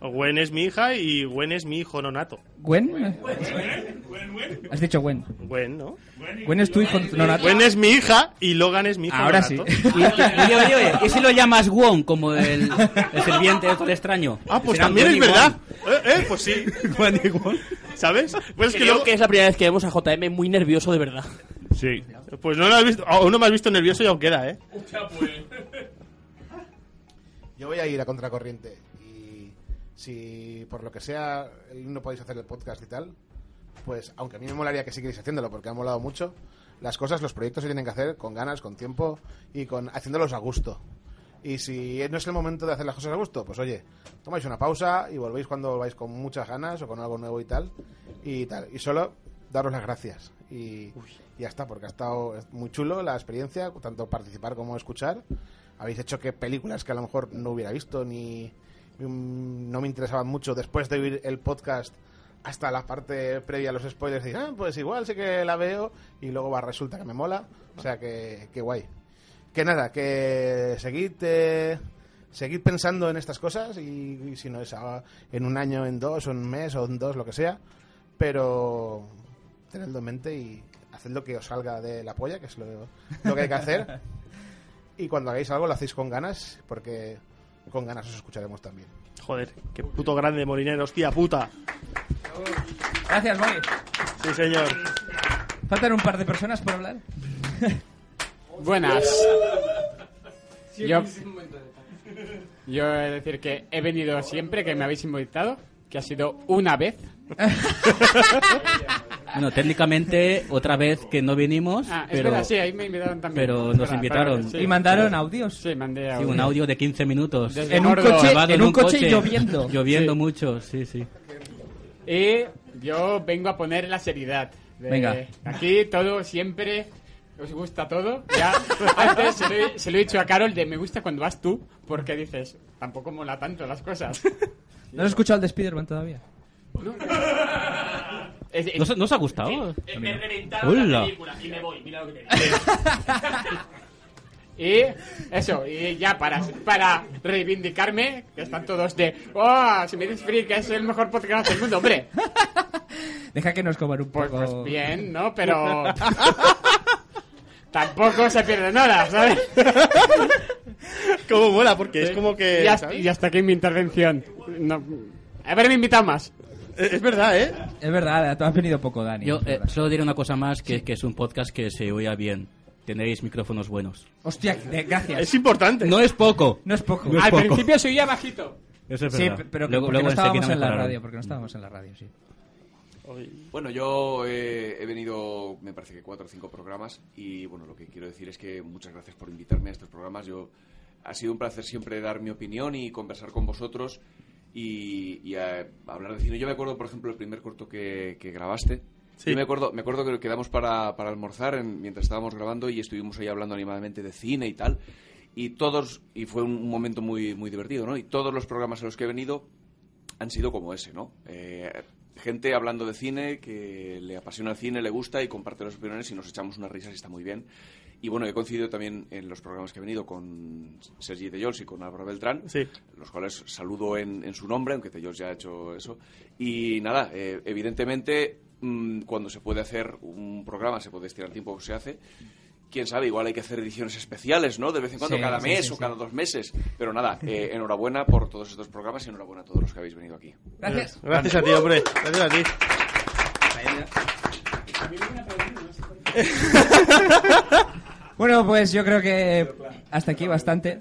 Gwen es mi hija y Gwen es mi hijo nonato. ¿Gwen? Gwen. Has dicho Gwen. Gwen, ¿no? Gwen es tu hijo nonato. Gwen es mi hija y Logan es mi hijo Ahora sí. nonato. Oye, oye, oye, ¿y si lo llamas Wong como el, el sirviente otro extraño? Ah, pues Será también es Wong y verdad. Wong. Eh, eh, pues sí. ¿Sabes? Pues es que Creo luego- que es la primera vez que vemos a JM muy nervioso de verdad. Sí. Pues no lo has visto, aún no me has visto nervioso y aún queda, ¿eh? Yo voy a ir a contracorriente. Y si por lo que sea no podéis hacer el podcast y tal, pues aunque a mí me molaría que siguierais haciéndolo porque ha molado mucho, las cosas, los proyectos se tienen que hacer con ganas, con tiempo y con haciéndolos a gusto. Y si no es el momento de hacer las cosas a gusto, pues oye, tomáis una pausa y volvéis cuando volváis con muchas ganas o con algo nuevo y tal. Y tal. Y solo daros las gracias. Y y ya está, porque ha estado muy chulo la experiencia, tanto participar como escuchar. Habéis hecho que películas que a lo mejor no hubiera visto ni mm, no me interesaban mucho después de oír el podcast hasta la parte previa a los spoilers y ah, pues igual sí que la veo y luego va, resulta que me mola. O sea que, que guay. Que nada, que seguid, eh, seguid pensando en estas cosas y, y si no es ahora, en un año, en dos, o en un mes, o en dos, lo que sea. Pero tenedlo en mente y haced lo que os salga de la polla, que es lo, lo que hay que hacer. Y cuando hagáis algo lo hacéis con ganas, porque con ganas os escucharemos también. Joder, qué puto grande molinero, hostia puta. Gracias, Bobby. Sí, señor. Faltan un par de personas por hablar. Buenas. Yo, yo he de decir que he venido siempre que me habéis invitado, que ha sido una vez. Bueno, técnicamente, otra vez que no vinimos, Ah, es pero... verdad, sí, ahí me invitaron también. pero Es nos verdad, invitaron. perdón, sí. Y mandaron audios. Sí, mandé Sí, audios. un audio de 15 minutos. Desde En un Mordor. coche- Grabado en un coche y lloviendo. Lloviendo Sí. mucho, sí, sí. Y yo vengo a poner la seriedad. de- Venga. Aquí todo siempre os gusta todo. Ya antes se lo, he, se lo he dicho a Carol de me gusta cuando vas tú, porque dices, tampoco mola tanto las cosas. ¿No has escuchado el de Spiderman todavía? ¿No os- no os ha gustado? Eh, me Amigo. reventaron la Hola. película y me voy. Mira lo que te digo. Y eso, y ya para, para reivindicarme, que están todos de, oh, si me dices Freak es el mejor podcast del mundo, hombre. Deja que nos coman un poco. Pues bien, ¿no? Pero... Tampoco se pierde nada, ¿sabes? Como mola, porque es como que... Y hasta, ¿sabes? y hasta aquí mi intervención. No, haberme invitado más. Es verdad, ¿eh? Es verdad, tú has venido poco, Dani. Yo eh, solo diré una cosa más, que es que es un podcast que se oía bien. Tenéis micrófonos buenos. Hostia, de- gracias. Es importante. No es poco. No es poco. No es Al poco. principio se oía bajito. Eso es sí, verdad. pero que- Luego- este porque luego no estábamos enseguida en la mejoraron. radio, porque no estábamos en la radio, sí. Bueno, yo eh, he venido, me parece que cuatro o cinco programas y bueno, lo que quiero decir es que muchas gracias por invitarme a estos programas. Yo ha sido un placer siempre dar mi opinión y conversar con vosotros y, y, eh, hablar de cine. Yo me acuerdo, por ejemplo, el primer corto que, que grabaste. Sí. Yo me acuerdo, me acuerdo que quedamos para, para almorzar en- mientras estábamos grabando y estuvimos ahí hablando animadamente de cine y tal. Y todos, y fue un un momento muy, muy divertido, ¿no? Y todos los programas a los que he venido han sido como ese, ¿no? Eh, gente hablando de cine, que le apasiona el cine, le gusta y comparte las opiniones y nos echamos unas risas y está muy bien. Y bueno, he coincidido también en los programas que he venido con Sergi Tejols y con Álvaro Beltrán, los cuales saludo en, en su nombre, aunque Tejols ya ha hecho eso. Y nada, eh, evidentemente, mm, cuando se puede hacer un programa, se puede estirar el tiempo que se hace. Quién sabe, igual hay que hacer ediciones especiales, ¿no? De vez en cuando, Sí, cada sí, mes sí, o sí. cada dos meses. Pero nada, eh, enhorabuena por todos estos programas y enhorabuena a todos los que habéis venido aquí. Gracias. Eh, Gracias a ti, hombre. Gracias a ti. Bueno, pues yo creo que hasta aquí bastante.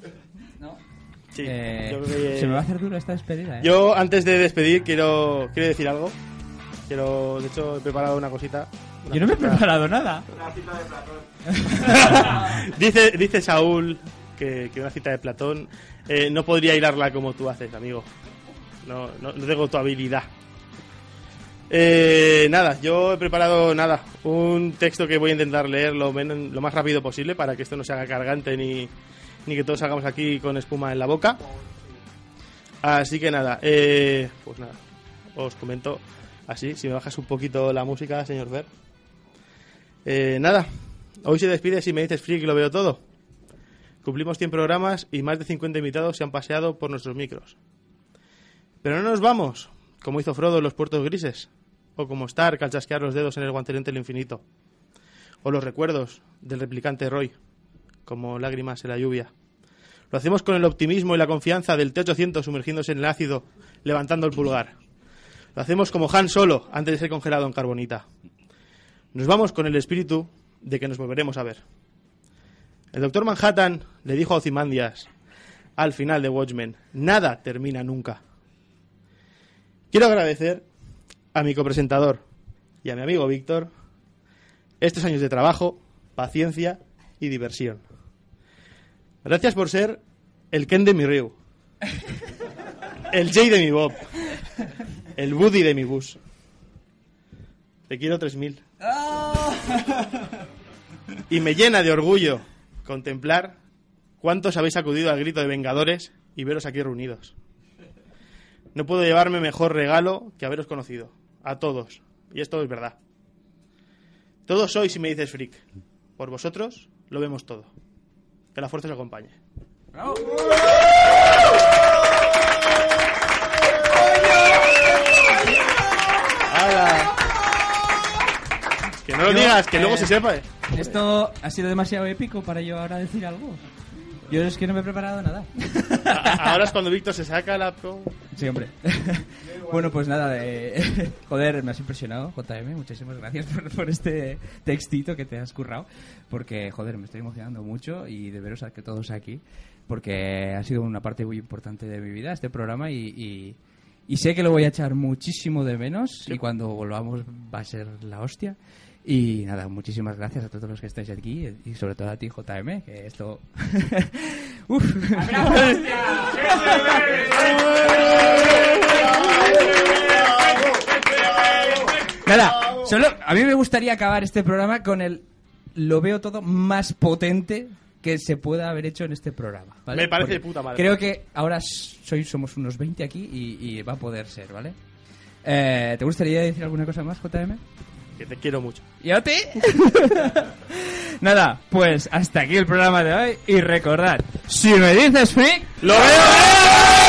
Sí, Eh, yo creo que- Se me va a hacer dura esta despedida, ¿eh? Yo, antes de despedir, quiero, quiero decir algo. Quiero, de hecho, he preparado una cosita. Una Yo no me he cosita. preparado nada. dice, dice Saúl que, que una cita de Platón eh, no podría hilarla como tú haces, amigo. No, no, no tengo tu habilidad. Eh, nada, yo he preparado nada, un texto que voy a intentar leer lo, men- lo más rápido posible para que esto no se haga cargante ni, ni que todos salgamos aquí con espuma en la boca. Así que nada, eh, pues nada, os comento así, si me bajas un poquito la música, señor Ver. Eh, nada, hoy se despide si me dices free que lo veo todo. Cumplimos 100 programas y más de 50 invitados se han paseado por nuestros micros. Pero no nos vamos, como hizo Frodo en los puertos grises, o como Stark al chasquear los dedos en el guantelete del infinito, o los recuerdos del replicante Roy, como lágrimas en la lluvia. Lo hacemos con el optimismo y la confianza del T-800 sumergiéndose en el ácido, levantando el pulgar. Lo hacemos como Han Solo antes de ser congelado en carbonita. Nos vamos con el espíritu de que nos volveremos a ver. El doctor Manhattan le dijo a Ozymandias al final de Watchmen, nada termina nunca. Quiero agradecer a mi copresentador y a mi amigo Víctor estos años de trabajo, paciencia y diversión. Gracias por ser el Ken de mi Ryu, el Jay de mi Bob, el Woody de mi Bus. Te quiero 3000. Y me llena de orgullo contemplar cuántos habéis acudido al grito de Vengadores y veros aquí reunidos. No puedo llevarme mejor regalo que haberos conocido. A todos. Y esto es verdad. Todos sois, si me dices freak. Por vosotros lo vemos todo. Que la fuerza os acompañe. ¡Hala! Que no lo Yo, digas, que luego eh, se sepa. eh. Esto ha sido demasiado épico para yo ahora decir algo. Yo es que no me he preparado nada. Ahora es cuando Víctor se saca la... pro- Sí, hombre. bueno, pues nada, de... joder, me has impresionado, JM. Muchísimas gracias por, por este textito que te has currado. Porque, joder, me estoy emocionando mucho y de veros a que todos aquí. Porque ha sido una parte muy importante de mi vida este programa y, y- y sé que lo voy a echar muchísimo de menos. Y cuando volvamos va a ser la hostia. Y nada, muchísimas gracias a todos los que estáis aquí y sobre todo a ti, JM, que esto... Uf. Nada, solo a mí me gustaría acabar este programa con el lo veo todo más potente que se pueda haber hecho en este programa. ¿vale? Me parece de puta madre. Creo que ahora s- soy, somos unos 20 aquí y, y va a poder ser, ¿vale? Eh, ¿Te gustaría decir alguna cosa más, JM? Que te quiero mucho. ¿Y a ti? Nada, pues hasta aquí el programa de hoy y recordad, si me dices freak, lo veo.